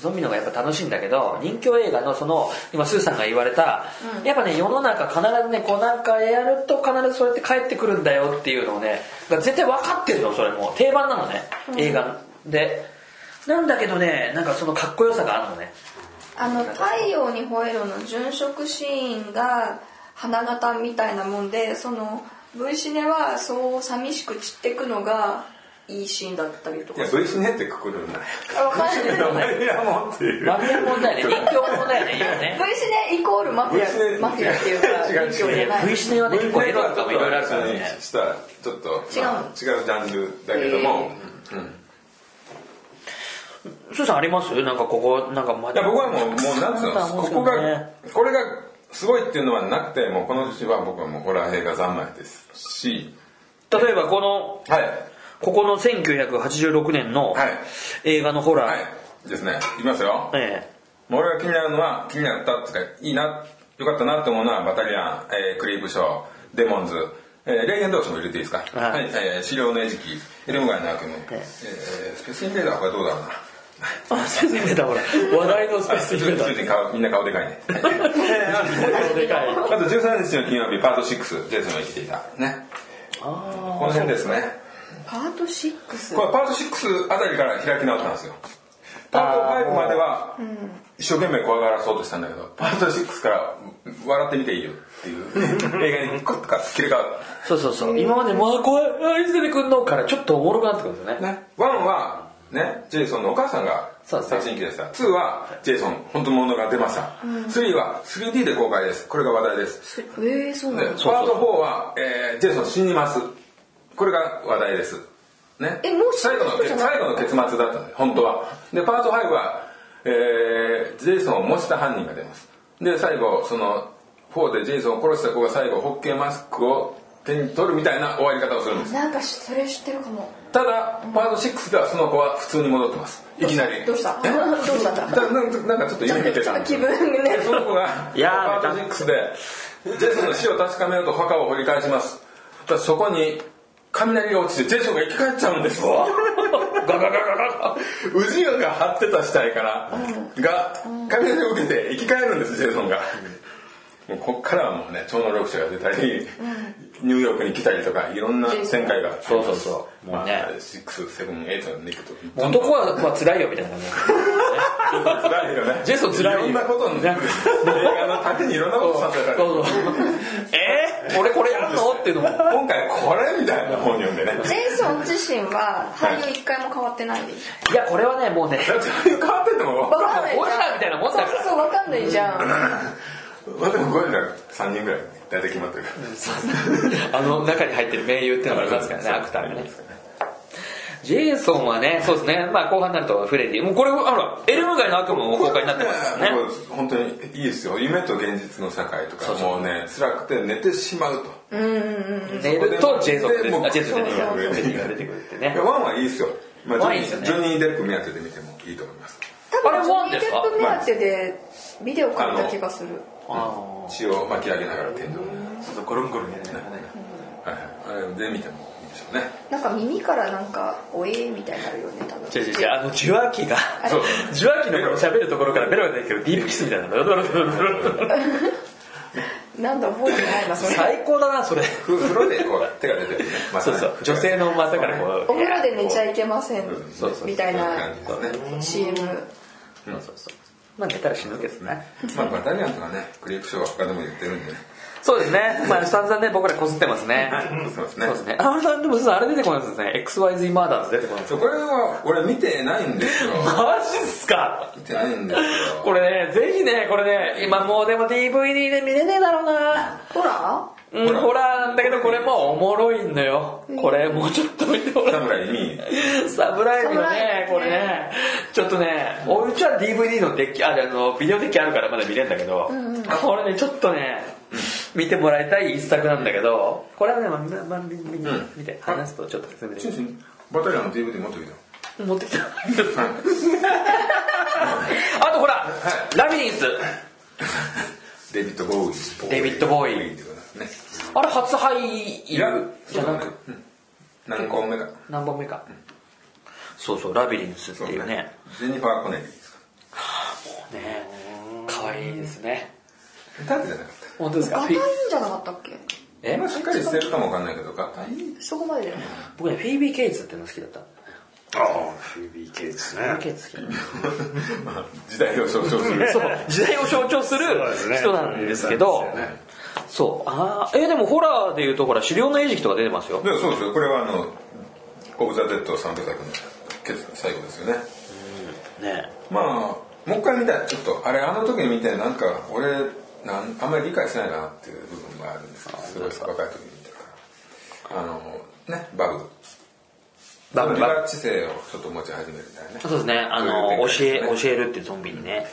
B: ゾンビの方がやっぱ楽しいんだけど人気映画のその今スーさんが言われた、やっぱね世の中必ずねこうなんかやると必ずそれって帰ってくるんだよっていうのをね絶対分かってるのそれもう定番なのね、映画でなんだけどねなんかそのかっこよさがあるのね
C: あの「太陽に吠えろ」の殉職シーンが花形みたいなもんでその V シネはそう寂しく散ってくのがいいシーンだったりと
A: い
C: か
A: や V シネってくくるんだね
C: あわかんない
A: いやいやもうっていう
B: マフィアもんだよね人気者だよね今ね
C: V シネイコールマフィ
A: V シネ
C: アマフィアっていうか
A: 違う違う
C: 人気じゃない
B: V シネはね結構エロとかもいろいろあるからね
A: したちょっと
C: 違う
A: まあ違うジャンルだけどもうん
B: スーさんありますなんかここなんかま
A: いや僕はもうもうなんつうのここがこれがすごいっていうのはなくてもうこの年は僕はもうホラー映画三昧ですし
B: 例えばこの
A: はい
B: ここの1986年の
A: はい
B: 映画のホラー、
A: はいですねいきますよ
B: え
A: もう俺が気になるのは気になったっつうかいいなよかったなと思うのはバタリアン、えークリープショーデモンズ、えー、霊剣同士も入れていいですか
B: はい
A: はい、えー、資料の餌食エルムガイの悪夢、えースペースインベーダーこれどうだろうな
B: えあスペースインベーダーほら話題のスペースインベーダ
A: 主
B: ー
A: 人顔みんな顔でかいね
B: でかい
A: あと13日の金曜日パート6ジェイソンが生きていたねこの辺ですね
C: パート6
A: これパート6あたりから開き直ったんですよパート5までは一生懸命怖がらそうとしたんだけどパート6から笑ってみていいよって
B: <laughs>
A: いう映画にコッとか切り替わっ
B: そうそうそう今まで「まあ怖いあいつ出てくんの?」からちょっとおもろくなってくるんですよ
A: た
B: ね
A: ね1はねジェイソンのお母さんが
B: そうですね
A: 殺人鬼でした2はジェイソン本当のものが出ました3は 3D で公開ですこれが話題です
C: えー、そうな
A: で、パ
C: んだ
A: ート4は、えージェイソン死にます。これが話題です。ね。
C: えもう死
A: 最
C: んだ
A: 後の
C: 人じゃない
A: 最後の結末だったので、本当は。で、パート5は、えージェイソンを模した犯人が出ます。で、最後、その、4でジェイソンを殺した子が最後、ホッケーマスクを手に取るみたいな終わり方をするんです。
C: なんかしそれ知ってるかも
A: ただ、パート6ではその子は普通に戻ってます。いきなり。
C: どうした
A: え
C: どうしたんだ
A: だなんかなんかちょっと夢見てたんです
C: 気
A: よ
C: 分ね
A: でその子が
B: いやー
A: パート6でジェイソンの死を確かめようと墓を掘り返しますただそこに雷が落ちてジェイソンが生き返っちゃうんですわガガガガガガウジが張ってた死体から、が雷を受けて生き返るんですジェイソンが、もうこっからはもうね超能力者が出たり、ニューヨークに来たりとかいろんな展開が
B: そうそうそう
A: ま
B: も
A: あ
B: うね
A: 678に行くと
B: 男はまあ辛いよみたいな感じ
A: 辛いよね。
B: ジェイソン辛いよ
A: いろんなことに、映
B: ね
A: 画のためにいろんなことさせられる。
B: そうそうえー、俺これやんのっていうのも
A: 今回これみたいな本読んでね。
C: ジェイソン自身は俳優一回も変わってないで
B: いやこれはねもうね
A: だってそういう変わってて <laughs> も、
C: わかんないじ
B: ゴジラ
C: ゃん
B: みたいなもんだから
C: そうそうわかんないじゃん
A: でもゴリラ3人ぐらい大体決まってるか
B: あの中に入ってる名優っていうのがありますからね
A: そう
B: アクターがねジェイソンはねそうですねまあ後半になるとフレディもうこれあのエルム街の悪夢も公開になってますからら
A: も
B: ね
A: う本当にいいですよ。夢と現実の境と
B: そ
A: か
B: うそう
A: もうね辛くて寝てしまうと。
B: ネルとジェイソン
A: で
B: が
A: もう
B: あジェイソンじゃねえ
A: そうそう
B: フレディが出てくるってね
A: いやワンはいいですよ。まあジ
B: ワン
A: ョ
B: いい
A: ニ
B: ですよ
A: ー
B: ね
A: ジョニーデップ目当てで見てもいいと思います。
C: 多
B: あ
C: 分
B: れ
C: ジ
B: ワン
C: ョニ
B: で
C: ー・
B: す
C: デ
B: か
C: ップ目当てでビデオ借りた気がする
B: あ
A: 血を巻き上げながら天井に。
B: あゴロンゴロンやりながらね
A: はいはいあれで見てもいいでしょうね。
C: なんか耳からなんか「おえー」みたいになるよね多
B: 違
C: 分
B: う違う違うあの受話器が
A: そう。
B: 受話器のこの喋るところからベロが出てくるディープキスみたいなの
C: なんだ覚えてない
F: <laughs>
C: なそれ
B: <laughs> 最高だなそれ
A: ふ風呂でこう手が出てるね。また
B: そう
A: ね
B: そう女性の股からこ
C: お
B: う
C: 風呂で寝ちゃいけません
A: そうそう
C: みたいな
A: そうね
C: CM
B: そうそうそうまあ寝たら死ぬけどね
A: まあバタリアンとかねクリープショーは他でも言ってるんでね
B: そうですね。まあ、散々ね、僕らこすってますね。
A: そうです
B: そ
A: ね
B: うですね。あれ、でもそうあれ出てこないですね。XYZ マーダーズ出てこないです
A: そうこれは俺見てないんですよ
B: マジっすか
A: 見てないんですよ
B: これね、ぜひね、これね、今もうでも DVD で見れねえだろうな。
F: ほら
B: うん、ホラーなんだけど、これもおもろいんだよ。これ、もうちょっと見てほら
A: 田。村に
B: サブライブのね、
F: サブ
B: こ
F: ライブね
B: れね、ちょっとね、おうちは DVD のデッキ、ああの、ビデオデッキあるからまだ見れるんだけど、これね、ちょっとね、見てもらいたい一作なんだけど、これはね、まあ、まあ、みみんな
A: うん
B: 見て、話すとちょっと説明でき
A: チン
B: る
A: チンバタリアンの DVD 持ってきた
B: 持ってきた。あとほら、ラビリンス、
A: デビッド・ボーイ
B: デビッドボーイ
A: ってことだね
B: あれ初配
A: いらん
B: じゃなく、
A: うん何個目か
B: 何本目か。そうそう、ラビリンスっていうね、
A: ジェニファー・コネリーですか
B: ね、可愛いですね。
A: タイプじゃなかった
B: 本当ですか
F: 硬いんじゃなかったっけ
B: え
A: まあしっかりしてるかもわかんないけど硬い
F: そこまでだよね
B: 僕ね、フィービー・ケイツっていうの好きだった。
E: BK です
B: フィービ
E: ね
B: ーケイツ好き。
A: まあ時代を象徴する
B: そう時代を象徴する
E: そうですね
B: 人なんですけど
E: そうですね
B: そうあーえーでもホラーでいうとほら狩猟の餌食とか出てますよ
A: でもそうですよこれはあの「オブ・ザ・デッド」三部作のケツ最後ですよね
B: ね
A: まあもう一回見たらちょっとあれあの時に見てなんか俺なんあんまり理解しないなっていう部分があるんですけどすごい若い時に見たからあのねバグ
B: バ
A: バ
B: グ
A: グが知性をちょっと持ち始めるみたいなね
B: そうですねあの
A: そう
B: 教
A: いう
B: え
A: 展開です
B: 教えるっていうゾンビにね
A: ね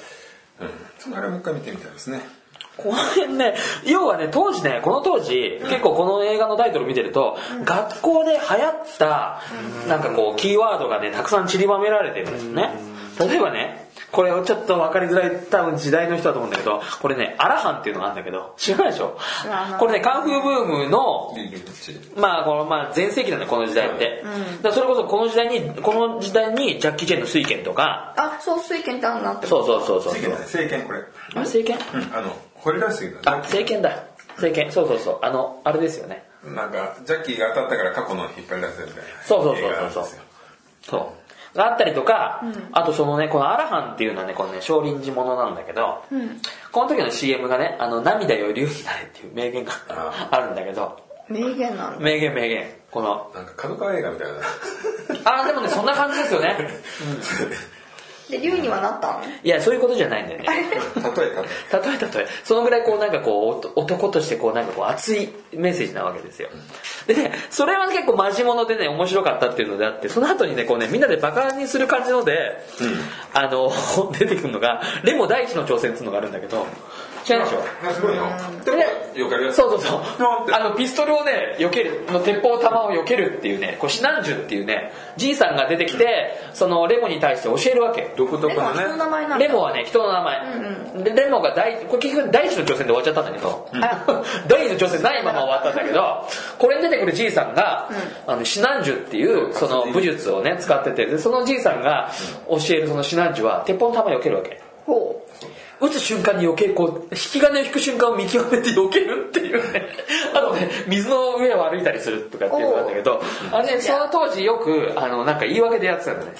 A: うんあれもう一回見てみたいですね
B: この辺ね要はね当時ねこの当時、結構この映画のタイトル見てると、学校で流行った、なんかこうキーワードがねたくさん散りばめられてるんですよね、例えばねこれをちょっと分かりづらい多分時代の人だと思うんだけどこれねアラハンっていうのがあるんだけど知らないでしょ
F: うん
B: これねカンフーブームの
A: リリッチ
B: まあこのまあ全盛期なんだよこの時代って、だからそれこそこの時代にこの時代にジャッキー・チェンの「水拳」とか
F: あそう水拳ってあんなって
B: そうそうそうそう
A: 政権だね政権これ
B: あれ政権
A: うんあの掘り出してきた
B: あ政権だ政権そうそうそうあのあれですよね
A: なんかジャッキーが当たったから過去の引っ張り出せるみたいな
B: そうそう
A: 映画なんです
B: そう
A: よ
B: そうそうがあったりとか、あとそのねこのアラハンっていうのはねこのね少林寺ものなんだけど、この時の CM がね「あの涙よ竜になれ」っていう名言が
A: あ
B: <laughs> あるんだけど
F: 名言なの
B: 名言名言この
A: なんか角川映画みたいな
B: ああでもねそんな感じですよね
F: で竜にはなったの
B: いやそういうことじゃないんだよね
A: 例え方
B: 例え例えそのぐらいこうなんかこうお男としてこうなんかこう熱いメッセージなわけですよでねそれは結構マジモノでね面白かったっていうのであってその後にねこうねみんなでバカにする感じので、あの <laughs> 出てくるのが「レモ第一の挑戦」っていうのがあるんだけど違うでしょ
A: すごいよでもよくあるやつ
B: そうそうそう
A: なんて
B: あのピストルをね避けるの鉄砲玉を避けるっていうねこう指南銃っていうねじいさんが出てきてそのレモに対して教えるわけ
A: 独特
F: レモンは
A: の
F: 人の
A: ね
F: 名前なんだ
B: レモはね人の名前、でレモが第これ結局第一の挑戦で終わっちゃったんだけど、 <laughs> 第一の挑戦ないまま終わったんだけどこれに出てくるじいさんが、あの指南銃っていうその武術をね使っててでそのじいさんが教えるその指南銃は鉄砲の弾を避けるわけ
F: ほ
B: 撃つ瞬間に避けこう引き金を引く瞬間を見極めて避けるっていうね <laughs> あとね水の上を歩いたりするとかっていうのなんだけどあれねその当時よくあのなんか言い訳でやってたんだね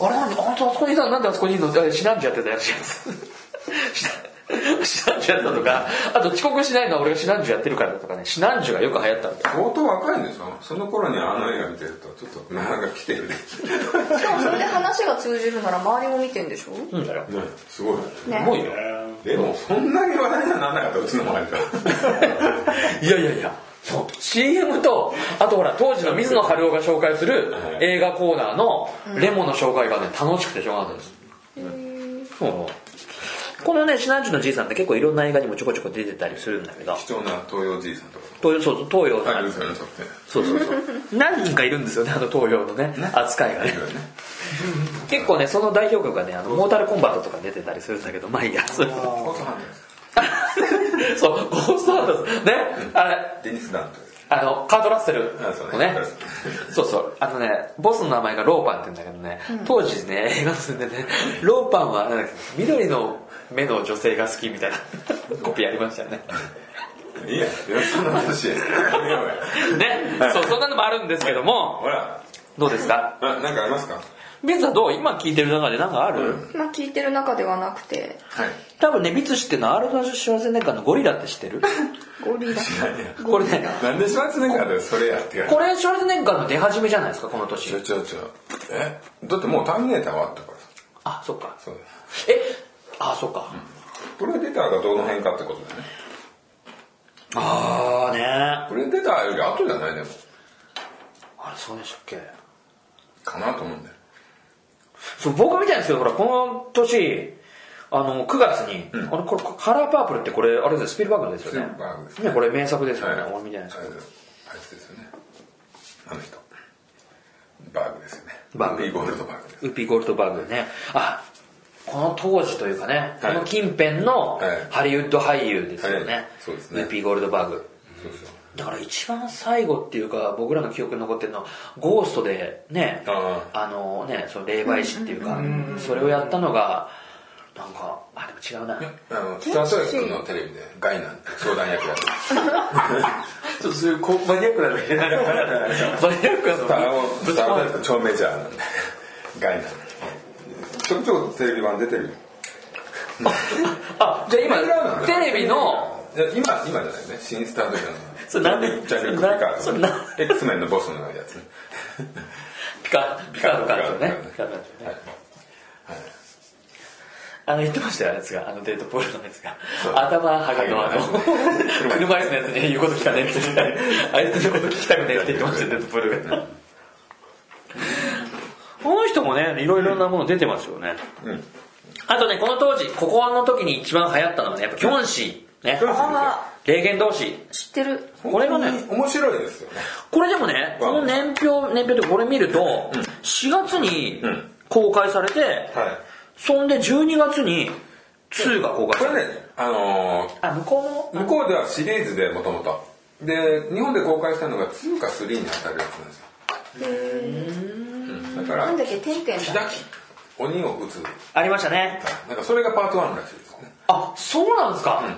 B: あれなんでああそこにいたのなんであそこにいるのあれシナンジやってたやつやつ <laughs> シナンジやったとかあと遅刻しないのは俺がシナンジやってるからだとかねシナンジがよく流行ったんだよ
A: 相当若いんでしょその頃にあの映画見てるとちょっとなんか来てるね
F: うしかもそれで話が通じるなら周りも見てんでしょ
B: うんだよ
A: ねすごい
F: ね
B: 重いよ
A: でもそんなに話題にはならなかったうちの周りでは
B: いやいやいや、そう。CM と、あとほら、当時の水野晴夫が紹介する
A: はい
B: 映画コーナーのレモの紹介がね、楽しくてしょうがなかったです。そう。このね、シナンジュのじいさんって結構いろんな映画にもちょこちょこ出てたりするんだけど、
A: 貴重な東洋じいさんとか
B: 東洋、そうそう東洋
A: あ
B: の、
A: れですよねそうやって
B: そうそうそう。何人かいるんですよね、あの東洋のね、扱いがね。結構ね、その代表格がね、あの、モータルコンバットとか出てたりするんだけど、まあいいや、それ
A: ゴーストハンターです
B: <laughs> そう、ゴーストハンターズ、ね、あれ、
A: デニス・ダント
B: あの、カートラッセル
A: あそう
B: の
A: ね
B: ね
A: カートラッセ、
B: そうそう、あのね、ボスの名前がローパンって言うんだけどね、当時ね、映画のんでね、ローパンはなんだっけ緑の目の女性が好きみたいなコピーありましたよね。
A: いやそんな話やめようや
B: ね、そう、そんなのもあるんですけども、
A: ほら
B: どうですか
A: あなんかありますか
B: ビツはどう今聞いてる中で何かある、
F: まあ聞いてる中ではなくて
A: はい
B: 多分ね、ビツ知ってるのはアルファシュワゼネッガーのゴリラって知ってる
F: ゴリラ
B: これね、
A: なんでシュワルツェネッガーでそれやってやる
B: これシュワゼネッガーの出始めじゃないですか、この
A: ちょ
B: 年。
A: ちょちょえだってもうターミネーターはあったから
B: あ、そっか。
A: そうで
B: え、あ、そっか。
A: すプレデターがどの辺かってことだよね
B: ああね
A: プレデターより後じゃないでも
B: あれ、そうでしたっけ
A: かなと思うんだよ
B: そう、僕みたいですけど、ほら、この年、あの、9月に、あれ、これ、カラーパープルってこれ、あれですよスピルバーグですよね。
A: スピルバーグですね
B: ね。これ名作ですよね。
A: はい
B: 俺みたいなやつ
A: あれですあいつですよねあの人バーグですよね
B: バーグ
A: リーゴールドバーグです
B: ウッピーゴールドバーグね。あ、この当時というかね、
A: はい
B: この近辺の
A: はい
B: ハリウッド俳優ですよね。
A: はいそうですね
B: ウッピーゴールドバーグ。
A: そうですよ
B: だから一番最後っていうか、僕らの記憶に残ってるのは、ゴーストでね、
A: あ
B: あのね、その霊媒師っていうか、それをやったのが、なんか、あ、でも違うな。
A: あのスター・トレックのテレビでガイナンって相談役やってる
B: ちょっとそういうこうマニアックなんだけど。マニアックな
A: スター
B: の
A: をスターだと超メジャー <laughs> なんでガイナンちょこちょこテレビ版出てるよ
B: あ、じゃあ今、テレビの、
A: いや今今じゃないね新スタートレックの
B: それなんで
A: ジャンルクピカ
B: それ
A: ー
B: な
A: ド X メンのボスのやつね
B: ピカ、ピカの感じね。ピカの感じ
A: は
B: ね
A: い。
B: あの言ってましたよ、あいつが、あのデートポールのやつが
A: そう。
B: 頭はがの
A: は
B: あの
A: い、
B: 車椅子のやつに言うこと聞かねえって言って、あいつのこと聞きたくねえって言ってましたよ、デートポールが。この人もね、いろいろなもの出てますよね。
A: うん
B: あとね、この当時、ここの時に一番流行ったのはね、やっぱキョンシー。ね。
F: あ
B: 霊言同士。
F: 知ってる
B: これがね、
A: 面白いですよね
B: これでもね、この年表、年表でこれ見ると、4月に
A: うん
B: 公開されて、
A: はい
B: そんで12月に2が公開
A: こ
B: さ
A: れ
B: れて。
A: ねあのー
B: あ、向こう
A: 向こうではシリーズでもともとで日本で公開したのが2か3に当たるやつなんですようんだか
F: なんだ
A: ら
F: っけ天
A: 「
F: 剣
A: キ
F: だ
A: ダキ鬼を撃つ
B: ありましたね。」
A: なんかそれがパート1らしいですね
B: あ、そうなんですか。あ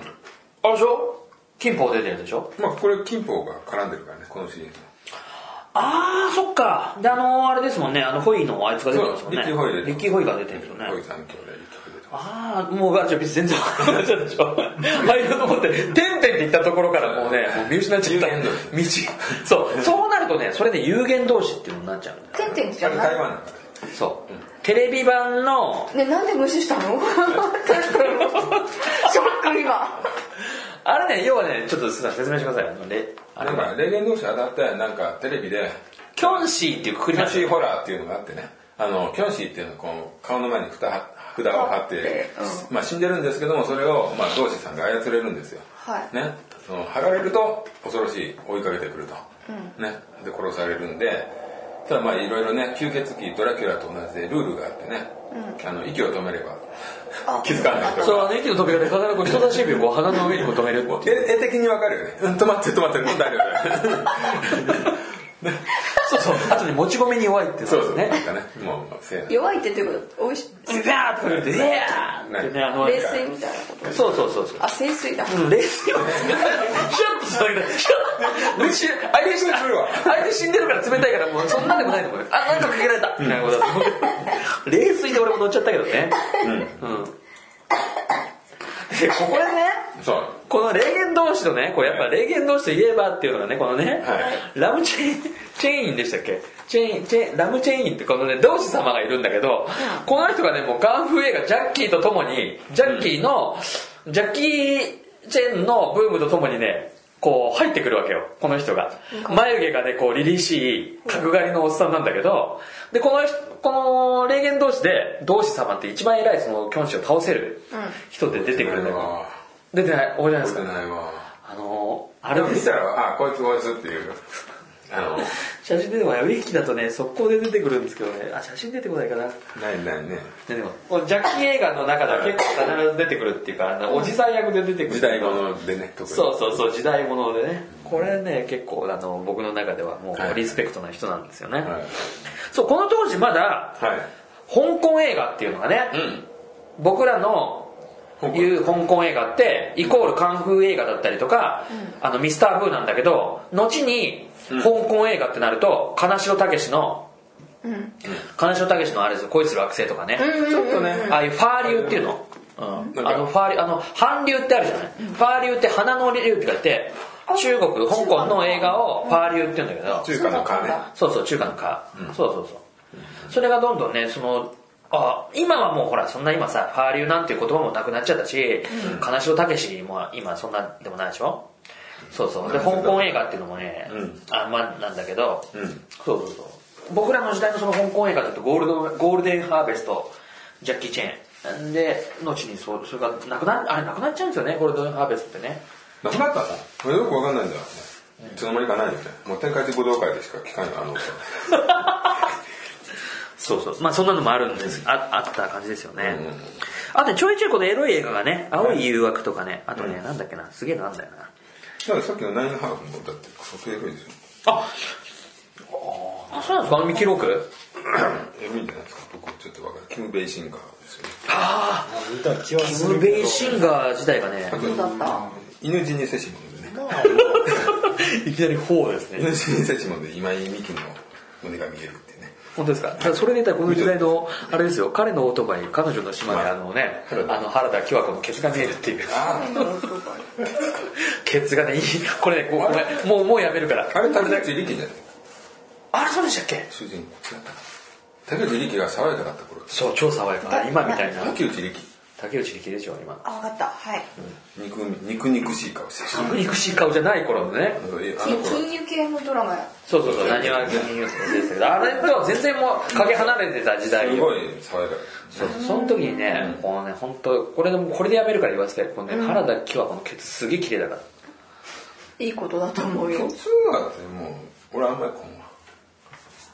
B: れでしょ金宝出てるでしょ
A: まあこれ金峰が絡んでるからねこのシリーズ
B: あー、そっか。で、あのー、あれですもんね、あの、ホイのあいつが出てますもん
A: そうリ
B: ね。
A: ッキーホイ出てます
B: リッキーホイが出てるんですよね。
A: こういう三兄弟で聞くでと
B: ああ、もう、あじゃあ別に全然分かんなくなっちゃったでしょ。入ろうと思って、てんてんって言ったところからもうね、もう見失っちゃった。
A: 有限
B: 道
A: 同。
B: そう、そうなるとね、それで有限同士っていうのになっちゃうんだよ。
F: 天剣じ
A: あ
F: ゃ
A: れ
F: な
A: 台
F: い
A: 湾なんだね
B: そう。テレビ版の、 <laughs>
F: ねなんで無視したのタイトルをショック今
B: あれね、要はね、ちょっとすいません説明してください。あのねあれ
A: なんか霊言同士当たってなんかテレビで
B: キョンシーっていうくく
A: キ
B: り
A: ョ
B: な
A: ン
B: ん
A: シ
B: で
A: ーホラーっていうのがあってねあのキョンシーっていうのはこの顔の前に蓋札を貼って、まあ、死んでるんですけどもそれを、まあ、同志さんが操れるんですよ、
F: はい
A: ね、その貼られると恐ろしい追いかけてくると、ね、で殺されるんでただまあいろいろね吸血鬼ドラキュラと同じでルールがあってね、あの息を止めれば気づかないとか
B: そう、あの、息の飛び方で必ずこう人差し指をこう鼻の上にこう止めるっていう。
A: 絵絵的にわかるよね、うん、止まって止まってる大丈夫
B: <laughs> そうそう、あとね、持ち米に弱いってい
A: そう
B: う
A: そ
B: の
A: う、
B: ね
A: なん。かねもうせいな
F: 弱いってどういうことおいし
B: ザーッとか言って、ザーッってね、あの、
F: 冷水みたいなこと
B: そうそうそうそう。
F: あ清水だ
B: うん冷静を冷たいシュッとしただけでシュッと飯相手死んでるわ相手死んでるから冷たいからもうそんなんでもないと思うよあなんかかけられたみたいなことだと思う冷水で俺も乗っちゃったけどねうんでここでね
A: そう
B: この霊言同士のねこうやっぱ霊言同士といえばっていうのがねこのね、
A: い
B: ラムチェインチェインでしたっけチェインチェインラムチェインってこのね同士様がいるんだけど、この人がねもうカンフー映画ジャッキーとともにジャッキーの、ジャッキーチェンのブームとともにねこう入ってくるわけよこの人が眉毛がねこう凛々しい角刈りのおっさんなんだけどでこの人この霊言同士で同士様って一番偉いそのキョンシを倒せる人って出てくるんだけど、
A: わ
B: 出てない覚えてないです
A: 覚えて
B: か
A: ないわ
B: あのー、あ
A: で
B: れ
A: も見
B: です
A: たらあこいつこいつっていうあの
B: 写真出てこないウィキだとね速攻で出てくるんですけどねあ写真出てこないかな
A: ないないね
B: でもこのジャッキー映画の中では結構必ず出てくるっていうかあのおじさん役で出てくる
A: 時代物でね特に
B: そうそうそう時代物でねこれね結構あの僕の中ではも
A: は
B: う
A: い
B: リスペクトな人なんですよね、
A: はい
B: そうこの当時まだ
A: はい
B: 香港映画っていうのがね、
A: ん
B: 僕らの言う香港映画ってイコールカンフー映画だったりとか、あのミスター・フーなんだけど後に香港映画ってなると金城武の金城武のあれですよ恋する惑星とかね
A: ちょっとね
B: ああいうファー流っていうの、うん
A: なんか
B: あのファー流あの韓流ってあるじゃない、ファー流って花の流って言って中国香港の映画をファー流って言うんだけど、
A: 中華のカーね
B: そうそう中華の蚊、そうそうそう、それがどんどんねそのあ今はもうほらそんな今さ「ファー流」なんていう言葉もなくなっちゃったし金城武も今そんなでもないでしょそうそうで香港映画っていうのもね、
A: ん
B: あんまなんだけど、
A: ん
B: そうそうそう僕らの時代のその香港映画だとゴールドゴールデンハーベストジャッキー・チェーンで後にそうそれがなくなあれなくなっちゃうんですよねゴールドデンハーベストってね
A: なくなったのこれよくわかんないんだよねいつの間にかないよねもう天下一武道会でしか聞かないあの音
B: そうそうまあそんなのもあるんですああった感じですよね、
A: うん
B: あとちょいちょいこのエロい映画がね青い誘惑とかねあとね、なんだっけなすげえなんだよな
A: だからさっきのナインハーフもだってクソエロいですよ
B: ああそうなんですかミキローク
A: エロいんじゃないですか僕ちょっとわかるキム・ベイシンガーですよね
B: ああ
E: 見た気は
B: キ
E: す
B: ム・
E: るけど
B: ベイシンガー自体がね
A: あと犬死にセシモンでね
B: いきなりフォーです
A: 犬死にセシモンで今井美樹の胸が見えるってね
B: 本当ですかだからそれで言ったらこの時代のあれですよ彼のオートバイ彼女の島であのね
A: 原田
B: あの原田清子のケツが見えるって <laughs> いう
A: あ
B: ケツがねいいこれねごごめんもうもうやめるから
A: ああれ竹内力じゃない
B: あれそうでしたっけ
A: 主人公違ったか竹内力が爽やかだった頃
B: そう超爽やか今みたいな
A: 竹内力
B: 竹内力でしょ今
F: あ、わかった。はい。
A: 肉肉肉しい顔してる
B: 憎しい顔じゃない頃のね
A: あの頃
F: 金融系のドラマや。
B: そうそうそう何は金融とかでしたけどあれとは全然もうかけ離れてた時代
A: すごい爽やか
B: そうその時にねこうね本当これでもこれでやめるから言わせてこのね原田喜和子のケツすげえ綺麗だから
F: いいことだと思うよ
A: 普。通はってもう俺あんまりこんな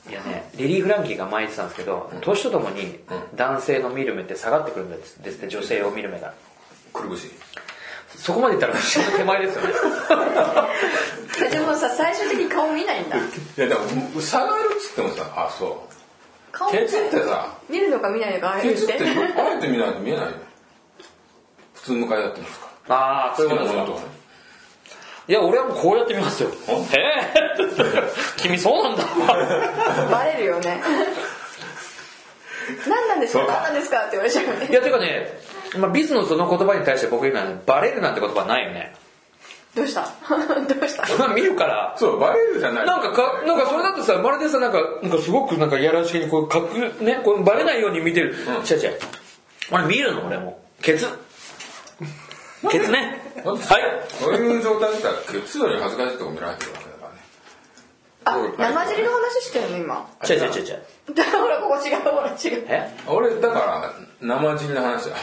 A: い
B: やねリリー・フランキーが前言ってたんですけど年とともに男性の見る目って下がってくるんですですって女性を見る目が
A: くるぶし
B: そこまでいったら後ろの手前ですよ <laughs> ね
F: でもさ、最終的に顔見ないんだ。
A: いやでも下がるっつってもさあそう
F: 顔見な
A: ケ
F: い
A: ツってさ
F: 見るのか見ないのかあれ
A: ケ
F: っ
A: ツって
F: て。
A: あえて見ないと見えないよ普通向かいだってますか
B: ああそういうことです
A: ら
B: かいや俺はもうこうやってみますよええ <laughs> 君そうなんだ
F: バレるよね。何なんです
A: そ
F: か
A: うか
F: 何なんですかって言われちゃうよ
B: い
F: ね。
B: やていうかね、まあ、ビズのその言葉に対して僕今ねバレるなんて言葉ないよね
F: どうした <laughs> どうした
B: 見るから
A: そうバレるじゃない
B: なんかかなんかそれだとさまるでさなんかなんかすごくなんかいやらしげにこう隠ねこうバレないように見てる、
A: うん
B: 違う違う俺見るの俺もケツケツねはい
A: そういう状態だったらケツより恥ずかしいとこ見られてるわけだからね
F: あ、生尻の話してるの今。
B: 違う違う違う違う
F: だ <laughs> からほら、ここ違う、ほら違う。
B: え
A: 俺だから生尻の話だ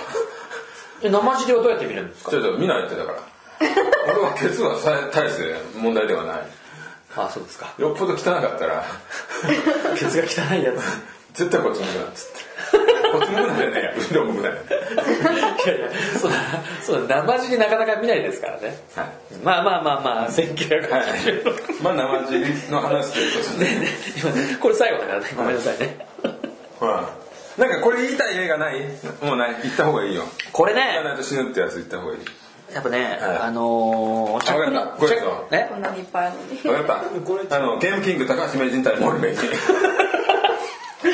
B: え生尻をどうやって見るんですか
A: ちょっと見ないってだから俺はケツはさ大して問題ではない
B: あそうですか
A: よっぽど汚かった <laughs> ら
B: ケツが汚いやつ
A: 絶対こっち向くなっつってこっち向くなじゃねえや運動向くなよ
B: <laughs> いやいやそうだそうだ生尻なかなか見ないですからね
A: はい
B: まあまあまあまあ1980年
A: まあ生尻の話ということで、
B: ね <laughs> 今ねこれ最後だからねごめんなさいね
A: はいなんかこれ言いたい映画ないもうない行った方がいいよ
B: これ
A: 行かな
B: ね
A: いと死ぬってやつ行った方がいい
B: やっぱね
A: はい
B: あのーチャックリン
A: わかった
B: チャッ
A: ご
B: ク <laughs> え
F: こんなにいっぱいあるのに。
A: 分かったあのゲームキング高橋名人対モルベイ
B: つい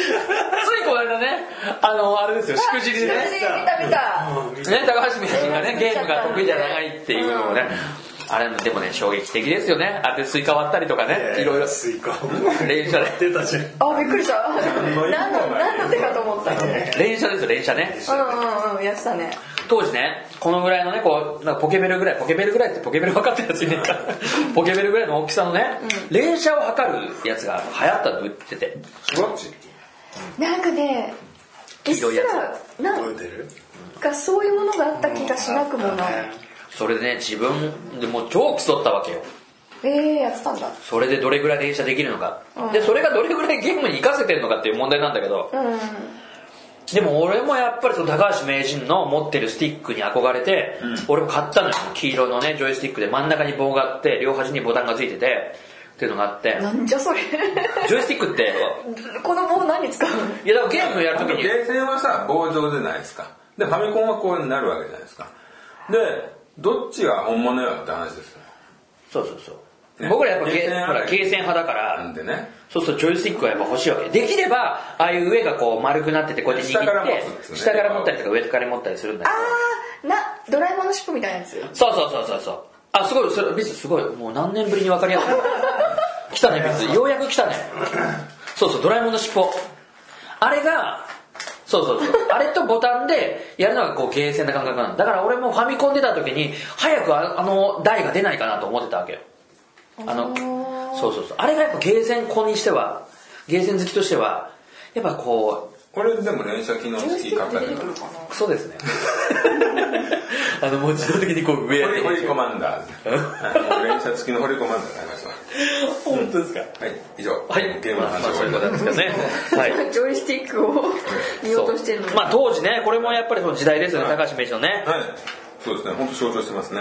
B: この間ねあのあれですよしくじりでね
F: しくじり見た見た。
B: ね高橋名人がねゲームが得意じゃないっていうのをねあれでもね衝撃的ですよねあれでスイカ割ったりとかねいろいろ
E: スイカ
B: 連射で
E: 出たじゃん
F: あ、びっくりした。何の、何の手かと思った。
B: 連射ですよ連射ね
F: うんうんうん、やってたね。
B: 当時ねこのぐらいのねこうなんかポケベルぐらいポケベルぐらいってポケベル分かってるやついねえかポケベルぐらいの大きさのね連射を測るやつが流行ったと言ってて
A: スワッチ
F: なんかね、うっす
B: 広いや
F: ら、な
E: 覚え
F: ん
E: てる
F: かそういうものがあった気がしなくもない。
B: それでね自分でもう超競ったわけよ
F: えー、やってたんだ。
B: それでどれぐらい連射できるのか、
F: うん
B: でそれがどれぐらいゲームに活かせてるのかっていう問題なんだけど
F: うん。
B: でも俺もやっぱりその高橋名人の持ってるスティックに憧れて、俺も買ったのよ黄色のねジョイスティックで真ん中に棒があって両端にボタンがついててっていうのがあって
F: なんじゃそれ。 <laughs>
B: ジョイスティックって
F: この棒何使うの
B: いやだからゲームやる
A: あ
B: とき
A: と
B: に
A: ゲーセンはさ棒状じゃないですかでファミコンはこうなるわけじゃないですかでどっちが本物よって話ですよ
B: そうそうそう
A: ね
B: 僕らやっぱゲ
A: ゲーセン
B: ほらゲーセン派だから、
A: なんでね
B: そうそうジョイスティックはやっぱ欲しいわけできればああいう上がこう丸くなっててこうやって握って
A: 下から持つっつうね
B: 下から持ったりとか上から持ったりするんだけど
F: あーなドラえもんの尻尾みたいなやつ
B: そうそうそうそうそうあすごいそれビスすごいもう何年ぶりに分かりやすい来たねビスようやく来たねそうそうドラえもんの尻尾あれがそうそうそうあれとボタンでやるのがこうゲーセンな感覚なのだから俺もファミコン出た時に早くああの台が出ないかなと思ってたわけよあのそうそうそうあれがやっぱゲーセン子にしてはゲーセン好きとしてはやっぱこう
A: これでも連射機能付き買ったけど
F: 出てくる
A: ホ
F: かな
B: クソです <laughs> ねあのもう自動的にこう上やって
A: リホリコマンダーズあ <laughs> の連射付きのホリコマンダーズ買いました
B: 本当ですか
A: はい以上
B: はい、
A: ゲームの話
B: まあ
A: 終
B: そういう
A: わり
B: こと
A: だ
B: なんですけどね。はい。
F: ジョイスティックを見落としてるの
B: そう
F: に、
B: まあ当時ね、これもやっぱりその時代ですよね、高橋名人のね。
A: はい、そうですね、本当象徴してますね。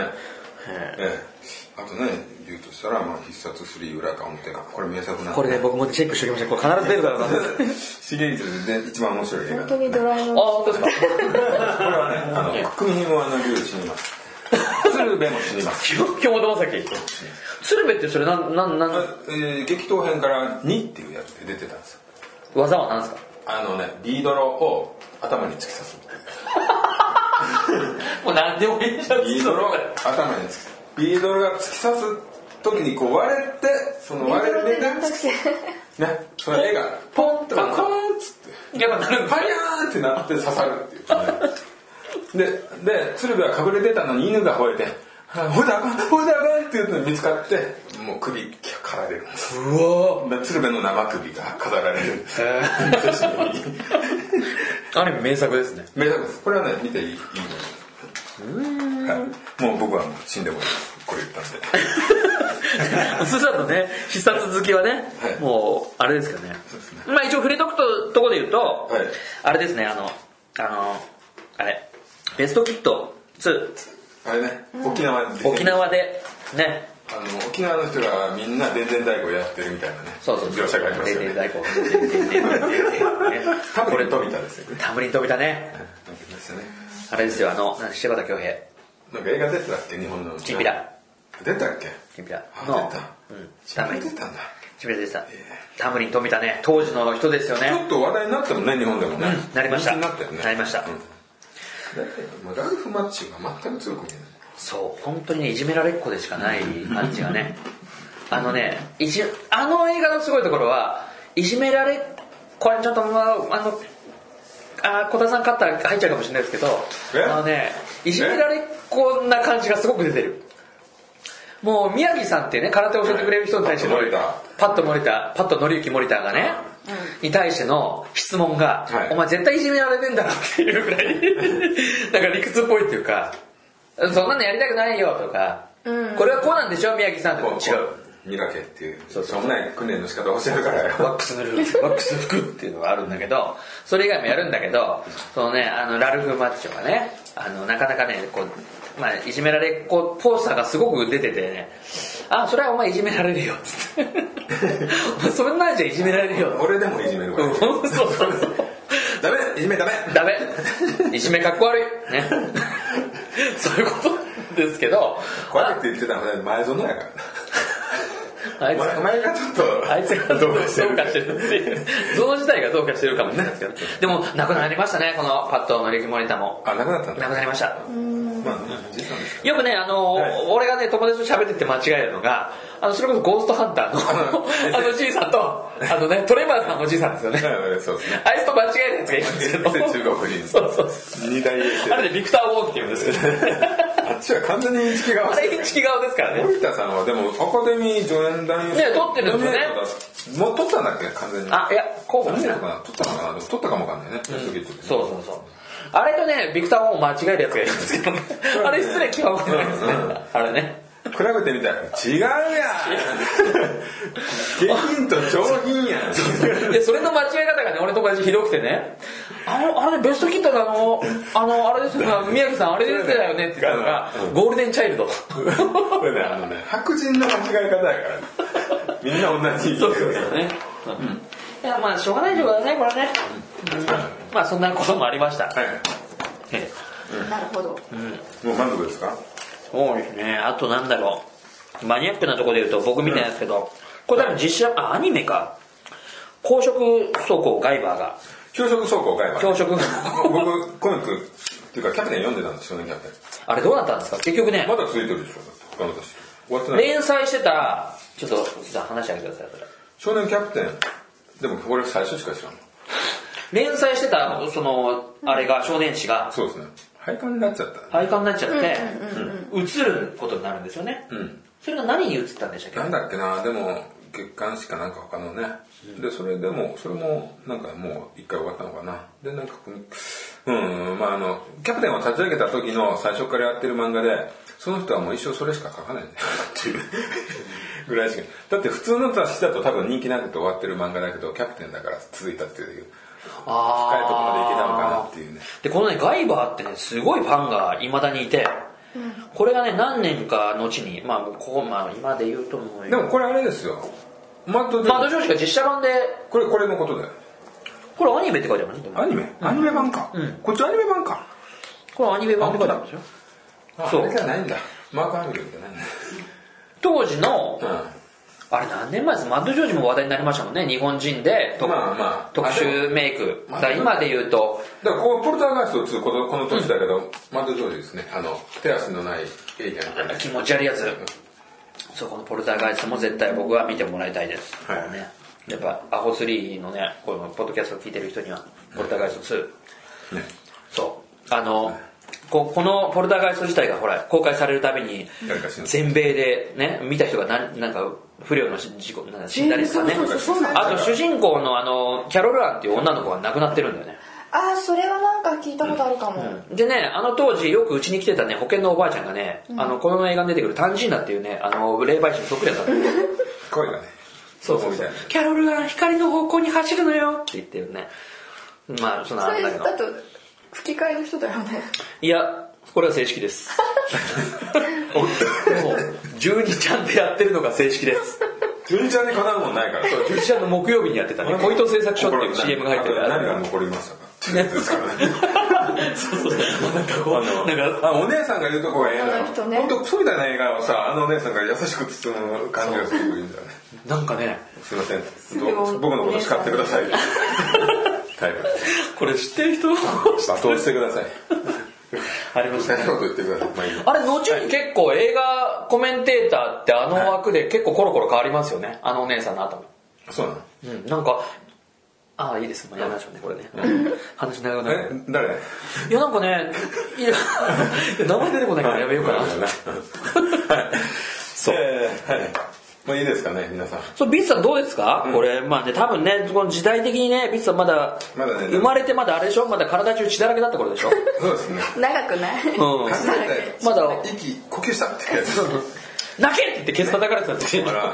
A: ええあとね、言うとしたら、まあ、必殺3裏カウンテナー。これ宮迫なん
B: これね、僕もチェックしておきました。これ必ず出るからな。あ、 <laughs>
A: シリーズで一番面白い映画。
F: 本当にドラえもん
B: 本当ですか。
A: これはね、あの、国品もあの、竜死にます。鶴瓶も死にます。
B: <laughs> 京本正樹。鶴瓶ってそれなん、なん、な
A: あ
B: ん、
A: えー激闘編から2っていうやつで出てたんですよ。
B: 技は何ですか
A: あのね、リードロを頭に突き刺す。
B: もう何でもいいじゃん。
A: リードロを頭に突き刺す。リードロが突き刺す時にこう割れて、その割れ目が、ね、その絵が
B: ポンと
A: パコー
B: か。
A: ンっつって。
B: やっぱなるんだ
A: パリャーンってなって刺さるっていう。で、で、鶴瓶は隠れてたのに犬が吠えて、あ吠えたらあかん、吠えたらあかんっていうのに見つかって、もう首かられるんです。
B: うわ
A: で鶴瓶の生首が飾られるんです。
B: へ
A: <laughs>
B: ある意味名作ですね。
A: 名作です。これはね、見ていいいいと思います。はい、もう僕はもう死んでもいいです。これ言ったんで。
B: <laughs> そしたらね、必殺好きはね
A: はい、
B: もう、あれですけどね
A: うですね。
B: まあ一応触れとくと、とこで言うと
A: はい、
B: あれですね、あの、あの、あれ、ベストキット2、
A: あれね、沖縄で、
B: 沖縄で、ね、
A: あの沖縄の人がみんな電電太鼓やってるみたいなね、
B: そうそう、
A: 描写がありますよ
B: でで
A: ね。
B: 大根ででででででね
A: タブレットみたいですよね。
B: タムリン飛びたね。
A: なんかですよね
B: あれですよ、あの、なんか柴田恭平、
A: なんか映画出てたっけ日本の。
B: チンピラ。
A: 出たっけ
B: チンピラ
A: あ
B: の
A: 出た、
B: うん、
A: チ
B: タ
A: ンピ
B: ム
A: ラ
B: リン
A: 出、たんだ。
B: チンピラでした。タムリン飛びたね、当時の人ですよ
A: ちょ
B: ね。
A: っと話題になったもんね、日本でもね。
B: なりました。
A: 人気になったよね。
B: なりました。
A: だってもうラルフ・マッチが全く強く見えない。
B: そう本当にねいじめられっ子でしかない感じがねあのねいじあの映画のすごいところはいじめられこれちょっとまああのあー小田さん勝ったら入っちゃうかもしれないですけど
A: え
B: あのねいじめられっ子な感じがすごく出てるもう宮城さんってね空手を教えてくれる人に対しての
A: はい
B: パッと森田パッと紀之森田がね、に対しての質問が、
A: はい
B: お前絶対いじめられてんだろっていうぐ <laughs> らいなんか理屈っぽいっていうかそんなのやりたくないよとか、これはこうなんでしょ宮城さんとか
A: こ
B: 違う。
A: 磨けっていう、
B: そう
A: しょうもない訓練の仕方を教えるからよ。
B: ワックス塗るワックス拭くっていうのがあるんだけどそれ以外もやるんだけどそのねあのラルフ・マッチョがねあのなかなかねこう、まあ、いじめられっ子ポーサーがすごく出ててねあそれはお前いじめられるよっつって <laughs> お前そんなんじゃいじめられるよ
A: 俺でもいじめるか
B: う
A: ら
B: ん。そうそうそう
A: ダメいじめダメ
B: ダメいじめかっこ悪いねそういうことですけど
A: こうやって言ってたのね、前園やから
B: ああいつ
A: な。お前がちょっと、
B: あいつがどうかしてるっていうゾウ自体がどうかしてるかもしれないですけどでもなくなりましたねこのパッドのリキモニタも
A: あ、なくなったん
B: な
A: だ。
B: くなりました
A: まあ、じいさんですから。
B: よくねあの、
A: はい
B: 俺がね友達と喋ってて間違えるのがあのそれこそゴーストハンターのあのじいさんとあのねトレバーさんのおじいさんですよね
A: うんそうです
B: <laughs>
A: ね。
B: あいつと間違えるやつがいるんですけど
A: 中国人
B: そうそうそう
A: 二大衛星
B: あれでビクター・ウォークって言うんですけど
A: あっちは完全に認識が合わ
B: あ
A: せ
B: れインチキ顔ですからね
A: 森田さんはでもアカデミー助演男優賞
B: ね取ってるんですよね
A: ノミネートだもう取ったんだっけ完全に
B: あいや候補
A: ノミ
B: です
A: ネー
B: ね
A: トかな取ったのかなでも取ったかもわかんないね、ベストゲットで
B: そうそうそうあれとねビクター・ウォーク間違えるやつがいるんですけどねあれ失礼極まりないですね、
A: うんうん
B: あれね
A: 比べてみたら違うやん下品と上品やん
B: でそれの間違い方がね俺の友達ひどくてねあのあれベストキットであのあのあれですよね宮城さんあれ出てたよねって言ったのがゴールデンチャイルド
A: これねあのね白人の間違い方やから、ね、みんな同じ
B: そうですよね、いやまあしょうがないでしょうがないこれね、まあそんなこともありました、
A: はい
B: ええ
F: なるほど
A: もう満足ですか
B: そうですねあとなんだろうマニアックなとこで言うと僕みたいなんですけど、これ多分実写あアニメか公職走行ガイバーが
A: 教職走行外
B: 教職
A: <laughs> 僕コミックっていうかキャプテン読んでたんですよねキャプテ
B: あれどうなったんですか結局ね
A: ンまだ続いてるでしょだって他の年終わってない
B: 連載してたちょっとじゃあ話してあげてくださいそれ
A: 少年キャプテンでもこれ最初しか知らんの
B: 連載してたそのあれが少年誌が
A: そうですね廃刊になっちゃった
B: 廃刊になっちゃって映ることになるんですよね、
A: ん
B: それが何に映ったんでしたっけ
A: なんだっけなでも月刊誌かなんか他のね、でそれでもそれもなんかもう一回終わったのかなでなんかこううんまああのキャプテンを立ち上げた時の最初からやってる漫画でその人はもう一生それしか書かないんだよっていう <laughs> ぐらいしかだって普通の雑誌だと多分人気なくて終わってる漫画だけどキャプテンだから続いたっていう深いところまでいけたのかなっていうね
B: でこのねガイバーってねすごいファンがいまだにいて、これがね何年か後にまあもうここまあ今で言うともう
A: でもこれあれですよマット
B: マッドジョージが実写版で
A: これこれのことだよ
B: これアニメって書いてあるのねでも
A: アニメアニメ版か、こっちアニメ版か
B: これアニメ版って書いてあるんですよ
A: そうあれじゃないんだマーク・ハミルじゃないんだ
B: 当時の、
A: うん
B: あれ何年前ですマッドジョージも話題になりましたもんね日本人で特,、
A: まあまあ
B: 特
A: あ
B: 殊メイク
A: まあ
B: だから今で言うと
A: だからこうポルターガイスト2このこの年だけど、マッドジョージですねあの手足のないエイリアンみたいな
B: 気持ち悪いやつそうこのポルターガイストも絶対僕は見てもらいたいです、
A: はい
B: もうねやっぱアホ3のねこのポッドキャストを聞いてる人にはポルターガイスト2、
A: ね
B: そうあの、ここのポルターガイスト自体がほら公開されるたびに
A: 誰か死ぬ
B: 全米でね見た人がなんなんか不良のし事故なんか死んだりとかね、
F: えーそうそうそうそうなんだ
B: あと主人公のあのキャロルアンっていう女の子が亡くなってるんだよね
F: あーそれはなんか聞いたことあるかも、
B: でね、あの当時よくうちに来てたね、保険のおばあちゃんがね、あの、この映画に出てくるタンジーナっていうね、あの、霊媒師にそっくりだったの
A: 声がね
B: <laughs> そうそう
A: み
B: そ
A: たいうな。
B: キャロルが光の方向に走るのよって言ってるね。まあ、そんな
C: そ
B: あれ
C: れ
B: だけ
C: だ
B: ど。
C: と吹き替えの人だよ
F: <laughs>
C: ね
B: いや、これは正式 <laughs> です。もう12ちゃんでやってるのが正式です。
A: 純ちゃんにかなうもん
B: <laughs>
A: ないからそう
B: 12ちゃんの木曜日にやってたね、小糸製作所っていう CM が入ってる
A: あと何が残りましたかっていうやつですからね
B: <laughs> そうそう。なんかこう、
A: あ
B: なん
A: の
B: か、
A: あお姉さんが言うとこがええ
F: あの人
A: な
F: ね
A: 本当クソみたいな映画をさあのお姉さんが優しく包む感じがすごくいいんだよね
B: なんかね、
A: すいません僕のこと叱ってくださいタイプ
B: これ知ってる人
A: 罵倒してください
B: <laughs> ありまし
A: そ
B: た
A: んな
B: ね。
A: こと言ってくださいまあいいや
B: あれ、後に結構映画コメンテーターってあの枠で結構コロコロ変わりますよね。あのお姉さんの後も。
A: そうなの
B: うん、なんか、ああ、いいです。もうやめましょうね、これね。話長くなる。
A: え誰
B: いや、なんかね、いや、 <laughs> 名前出てこないからやめようかな。
A: <laughs> そう。えーはい。もういいですかね、皆さん。
B: そう、ビッツさんどうですか、これ、まあね、多分ね、この時代的にね、ビッツさんまだ、
A: まだね
B: 生まれてまだあれでしょまだ体中血だらけだった頃で <laughs> しょ
A: そうですね。
C: 長くない
B: うん。まだ、
A: 息、呼吸したってやつ。
B: 泣けって言ってケツ叩かれてたって。
A: あら
B: <laughs>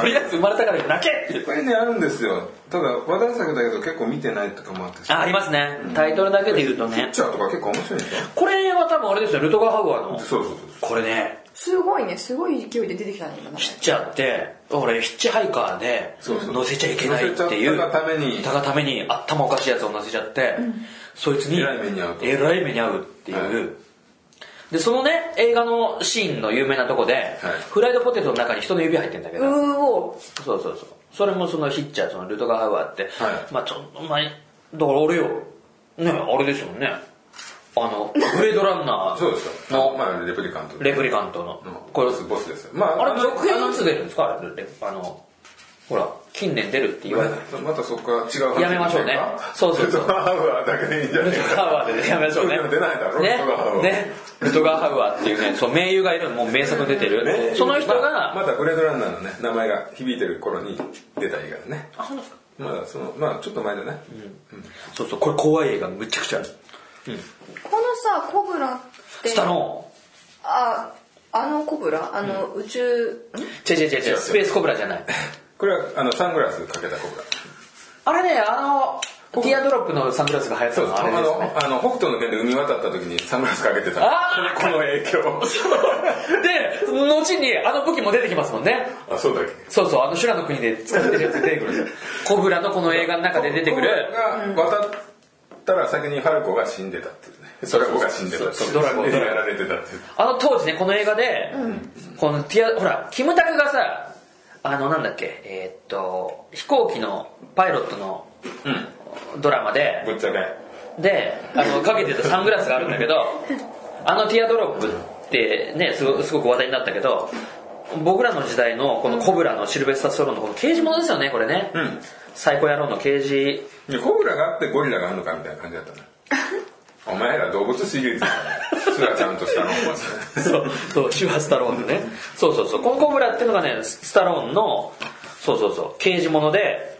B: とりあえず生まれたから泣けって言って
A: いっぱいね、あるんですよ。ただ、話題作だけど結構見てないとかもあってさ。
B: あ、ありますね。タイトルだけで言うと
A: ピッ
B: ね。
A: チャーとか結構面白いでし
B: これは多分あれですよ、ルトガー・ハウアー
A: ょ
B: の。
A: そうそう
B: これね、
F: すごいねすごい勢いで出てきたね今ね
B: ヒッチャーって、俺ヒッチハイカーで
A: そうそう
B: 乗せちゃいけないっていう。
A: 乗せちゃったがために
B: たがために頭おかしいやつを乗せちゃって、そいつに、
A: えらい目に遭うと
B: えらい目に遭うっていう。
A: は
B: で、そのね、映画のシーンの有名なとこで、フライドポテトの中に人の指入ってんだけど、
F: うーお
B: そうそうそう。それもそのヒッチャー、そのルトガーハウアーって、
A: はい
B: まあちょっと前、だから俺よ、ね、あれですもんね。あの、ブレードランナ
A: そう。そう
B: ー
A: ですよ。まあ、レプリカント。
B: レプリカントの
A: うん、
B: これ
A: ボ、ス、ボスですよ。まあ、
B: あ
A: あ
B: れ、
A: の
B: 続編いつ出るんですかあれ、レあの、ほら、近年出るって言われて
A: <laughs>
B: る。
A: またそこから違う話
B: やめましょうねそうそうそう
A: ルトガーハウアーだけでいいんじゃない
B: ルトガーハウアーでねやめましょうね。
A: 出ないだろ、
B: ね
A: ルトガーハウアー。
B: ね。ルトガーハウアーっていうね、そう、名優がいるの、もう名作出て
A: ね
B: る。その人
A: まあま
B: が、
A: だブレードランナーのね名前が響いてる頃に出た映画だね
B: あ、そうですか
A: まだそのまあちょっと前だね、
B: そうそう、これ怖い映画むちゃくちゃある。
C: このさコブラって
B: スタローン。
C: ああのコブラあの、宇宙
B: 違う違う違う違う、スペースコブラじゃない。
A: これはあのサングラスかけた子が
B: あれね、あの、ティアドロップのサングラスが流行ってたの、あれ
A: あ
B: ですよ
A: の
B: ね。
A: あの北斗の拳で海渡った時にサングラスかけてた
B: あー
A: この影響
B: <laughs> で、後にあの武器も出てきますもんね。
A: あそうだっけ
B: そうそう、あの修羅の国で使ってるやつ出てくるんですよ。コブラのこの映画の中で出てくる。
A: が渡ったら先に春子が死んでたっていうねそれは僕が死んでた
B: そう
A: ド
B: ド
A: ラ
B: ラ
A: ゴ
B: ゴ
A: ン
B: ン
A: やられてたって
B: あの当時ねこの映画で、このティアほらキムタクがさあのなんだっけえーっと飛行機のパイロットのドラマで、
A: ぶっちゃけ
B: であのかけてたサングラスがあるんだけどあのティアドロップってねすごすごく話題になったけど僕らの時代のこのコブラのシルベスター・ストローンのこの刑事ものですよねこれね、
A: ん
B: サイコ野郎の刑事
A: でコブラがあってゴリラがあるのかみたいな感じだった
B: <laughs>
A: ねお前ら動物シリーズだからすらちゃんとしたのを思わせ
B: そうそうシュワスタローンのねそうそうそうこのコブラっていうのがねススタローンのそうそうそう刑事もので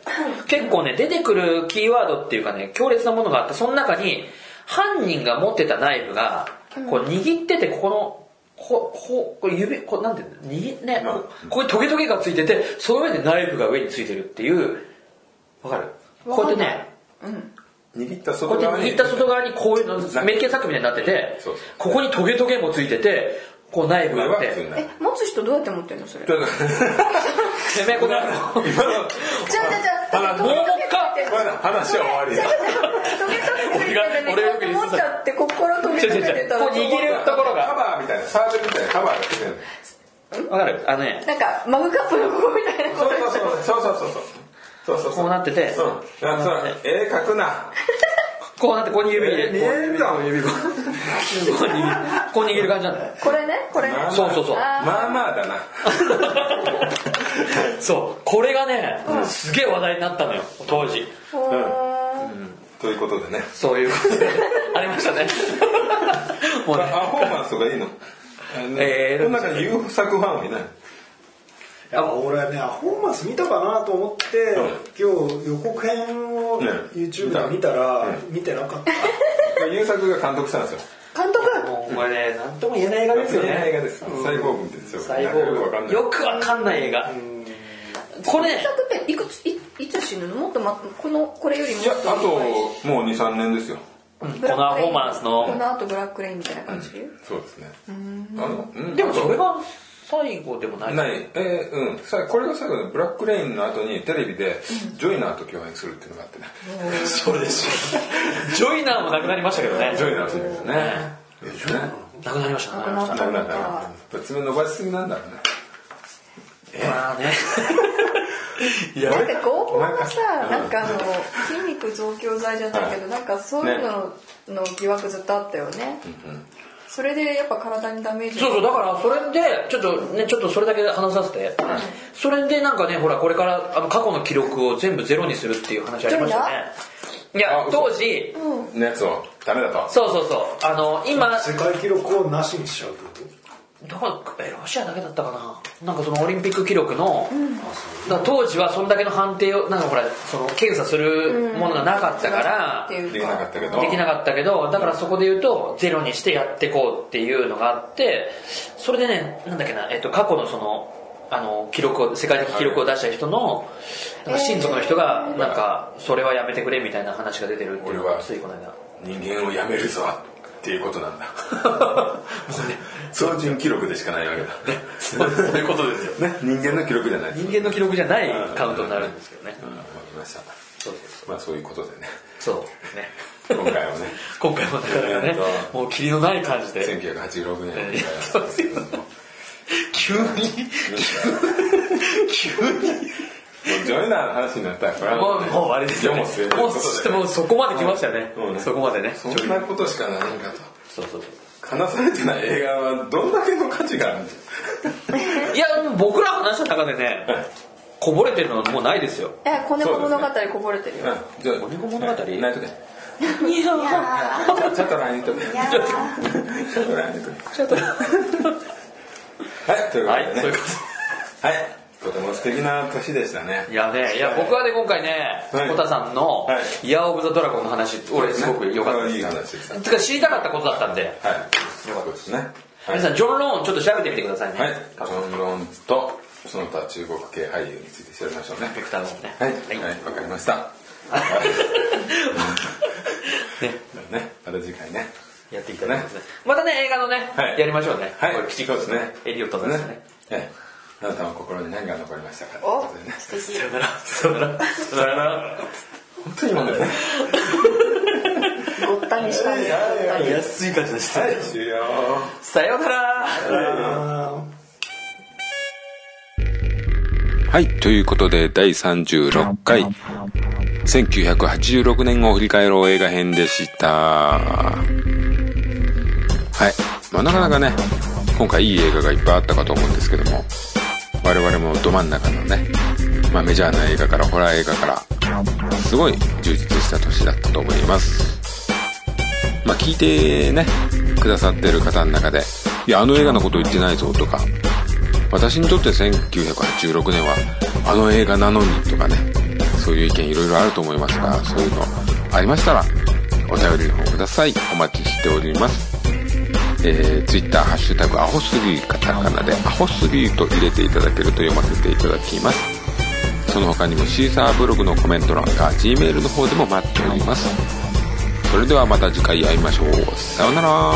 B: 結構ね出てくるキーワードっていうかね強烈なものがあってその中に犯人が持ってたナイフがこう握っててここのこここう指こうなんていうの握ねこここにトゲトゲがついててその上でナイフが上についてるっていうわかるこうやってね
A: 握った
B: こ
A: 外
B: うやっ
A: 側
B: て
A: に
B: 握った外側にこういうのメッケンサックみたいになってて
A: そうそう
B: ここにトゲトゲもついててこうナイフ
A: これ
B: があ
A: は
B: っ
A: 普通
B: て
A: にな
F: え
A: る
F: 持つ人どうやって持ってんのそれじ
A: ち
F: ゃ
A: ょっ
B: てめえこの野
A: と
B: 郎
A: 今の
F: あじゃあじゃあ
A: あ
F: トゲトゲ
A: まだ話は終わりだ
F: トゲトゲついてるね
B: 俺が
F: こうやって持っちゃってここからトゲトゲ出たら
B: ちょちょちょこう握るところが
A: カバーみたいなサーベルみたいなカバーがついてる
B: わかるあのね
F: なんかマグカップのここみたいなこ
A: そう
F: と
A: そうそうそうそうそうそうそうそう
B: こうなってて
A: うんだからそう絵描くな
B: こうなってここに指入れて
A: えんだもん指が
B: ここにここに握る感じなん <laughs> だよ
F: これねこれね
A: まあ
B: そうそうそう
F: あ
A: まあまあだな
B: そうこれがねすげえ話題になったのよ当時
F: ほー
A: ということでね
B: そういうことでありま <laughs> したねもう
A: あ
B: ね
A: アホーマンスとかいいのあの
B: えー
A: この中に優作ファンはいない
E: いや俺ねアホーマンス見たかなと思って、今日予告編を
A: ね
E: YouTube で見たら、見てなかった
A: 優作が監督したんですよ
F: 監督
B: もうこれね何とも言えない映画ですよね
A: 映画ですサイボーグですよ
B: サイボ
A: なんかよくわかんない
B: ーグよくわかんない映画これ
F: 監督っていくついいつ死ぬのもっと、ま、このこれよりもっ
A: いや
F: と
A: あともう23年ですよ
B: このアホーマンス
F: こ
B: の
F: の後ブラックレインみたいな感じ、
A: そうですねあのうん
B: でもそれが最後でもない
A: ないえーうんさこれが最後でブラックレインの後にテレビでジョイナーと共演するっていうのがあってね
B: そうです <laughs> ジョイナーもなくなりましたけどね
A: ジョイナーとですねいいですね
B: なくなりましたなくなりまし
A: な
B: た
A: くなったら爪伸ばしすぎなんだろうね
B: まあねいや
F: なんか合法
A: なん
F: の
A: か
F: さなんかあの筋肉増強剤じゃないけど、なんかそういうのの疑惑ずっとあったよね、それでやっぱ体にダメージ
B: そうそうだからそれでちょっとねちょっとそれだけ話させてそれでなんかねほらこれからあの過去の記録を全部ゼロにするっていう話ありましたねい
A: あ
B: や
A: 嘘
B: 当時
A: のやつをダメだと
B: そうそうそうあの今
E: 世界記録をなしにしちゃうってこと
B: どこえロシアだけだったかななんかそのオリンピック記録の、だから当時はそんだけの判定をなんかほらその検査するものがなかったから、
F: っていう
A: できなかったけど
B: できなかったけどだからそこで言うとゼロにしてやってこうっていうのがあってそれでねなんだっけな、えっと、過去のそのあの記録を世界的記録を出した人のなんか親族の人がなんかそれはやめてくれみたいな話が出てるっていうの
A: 俺
B: が
A: は
B: ついこの間
A: 人間をやめるぞっていうことなん <laughs> だ
B: <laughs>
A: 超人記録でしかないわけだ
B: そういうことですよ
A: ね人間の記録じゃない
B: 人間の記録じゃないカウントになるんですけどね
A: うんわかりましたまあそういうことでね
B: そうね <laughs>
A: 今回はね <laughs>
B: 今回もなかなか
A: え
B: ね
A: ーっ、と
B: もう霧のない感じで。
A: 1986年
B: えーそうですよ急に、 <laughs> 急に、
A: もうジョイナーの話になったらこれは
B: もう、も
A: ね
B: うあれですよね。
A: 世
B: も
A: も末という
B: う、
A: こ
B: そし
A: と
B: て
A: で
B: もうそこまで来ましたよね
A: うん。
B: そこまでね。
A: そんなことしかないんかと
B: そうそう。
A: 話されてない映画はどんだけの価値があるんだ
B: いや、でも僕ら話した中でね、こぼれてるのもうないですよ。
F: え子猫物語こぼれてるよ、
A: じ <laughs> ゃあ
B: 鬼子物語
A: 泣いとけち
B: いや
A: ょちょっと来年とけちょっとちょっと来年とけ
B: ちょっと。
A: はいというこ
B: はい、
A: と
B: そう
A: でね
B: いうこ
A: はいとても素敵な年でしたね
B: と。いやね、いや僕はね、今回ね、
A: はい
B: コタさんの
A: は、
B: イヤー・オブ・ザ・ドラゴンの話、俺すごく良かった
A: いい
B: で
A: 話でした
B: す。てか知りたかったことだったんで。
A: はいよかったですねはい
B: 皆さんジョン・ローンちょっと調べてみてくださいね、
A: はい、ジョン・ロンズとその他中国系俳優について調べましょうね。
B: ビクター・ローンね
A: はい、
B: はい
A: はい、わかりました。は
B: ね
A: いね、また次回ね。
B: やっていきたいと思いますねまたね映画のね、
A: はい
B: やりましょうね
A: はい
B: これきちんと
A: そうですね
B: エリオットのですね
A: はいあなたの心に何が残りましたか。
F: お
A: ということでね
F: 素敵
B: さよならさよならさよなら
A: 本当に今ですね。
C: 型にしたんですよ
B: 安い感じでした
A: はい終了
B: さようなら
G: はい、ということで第36回、1986年を振り返ろう映画編でした。はい、まあなかなかね、今回いい映画がいっぱいあったかと思うんですけども、我々もど真ん中のね、まあメジャーな映画からホラー映画から、すごい充実した年だったと思います。まあ聞いてね、くださってる方の中で、いや、あの映画のこと言ってないぞとか、私にとって1986年はあの映画なのにとかねそういう意見いろいろあると思いますがそういうのありましたらお便りの方くださいお待ちしておりますえー、ツイッターハッシュタグアホスリーカタカナでアホスリーと入れていただけると読ませていただきますその他にもシーサーブログのコメント欄か G メールの方でも待っておりますそれではまた次回会いましょうさようなら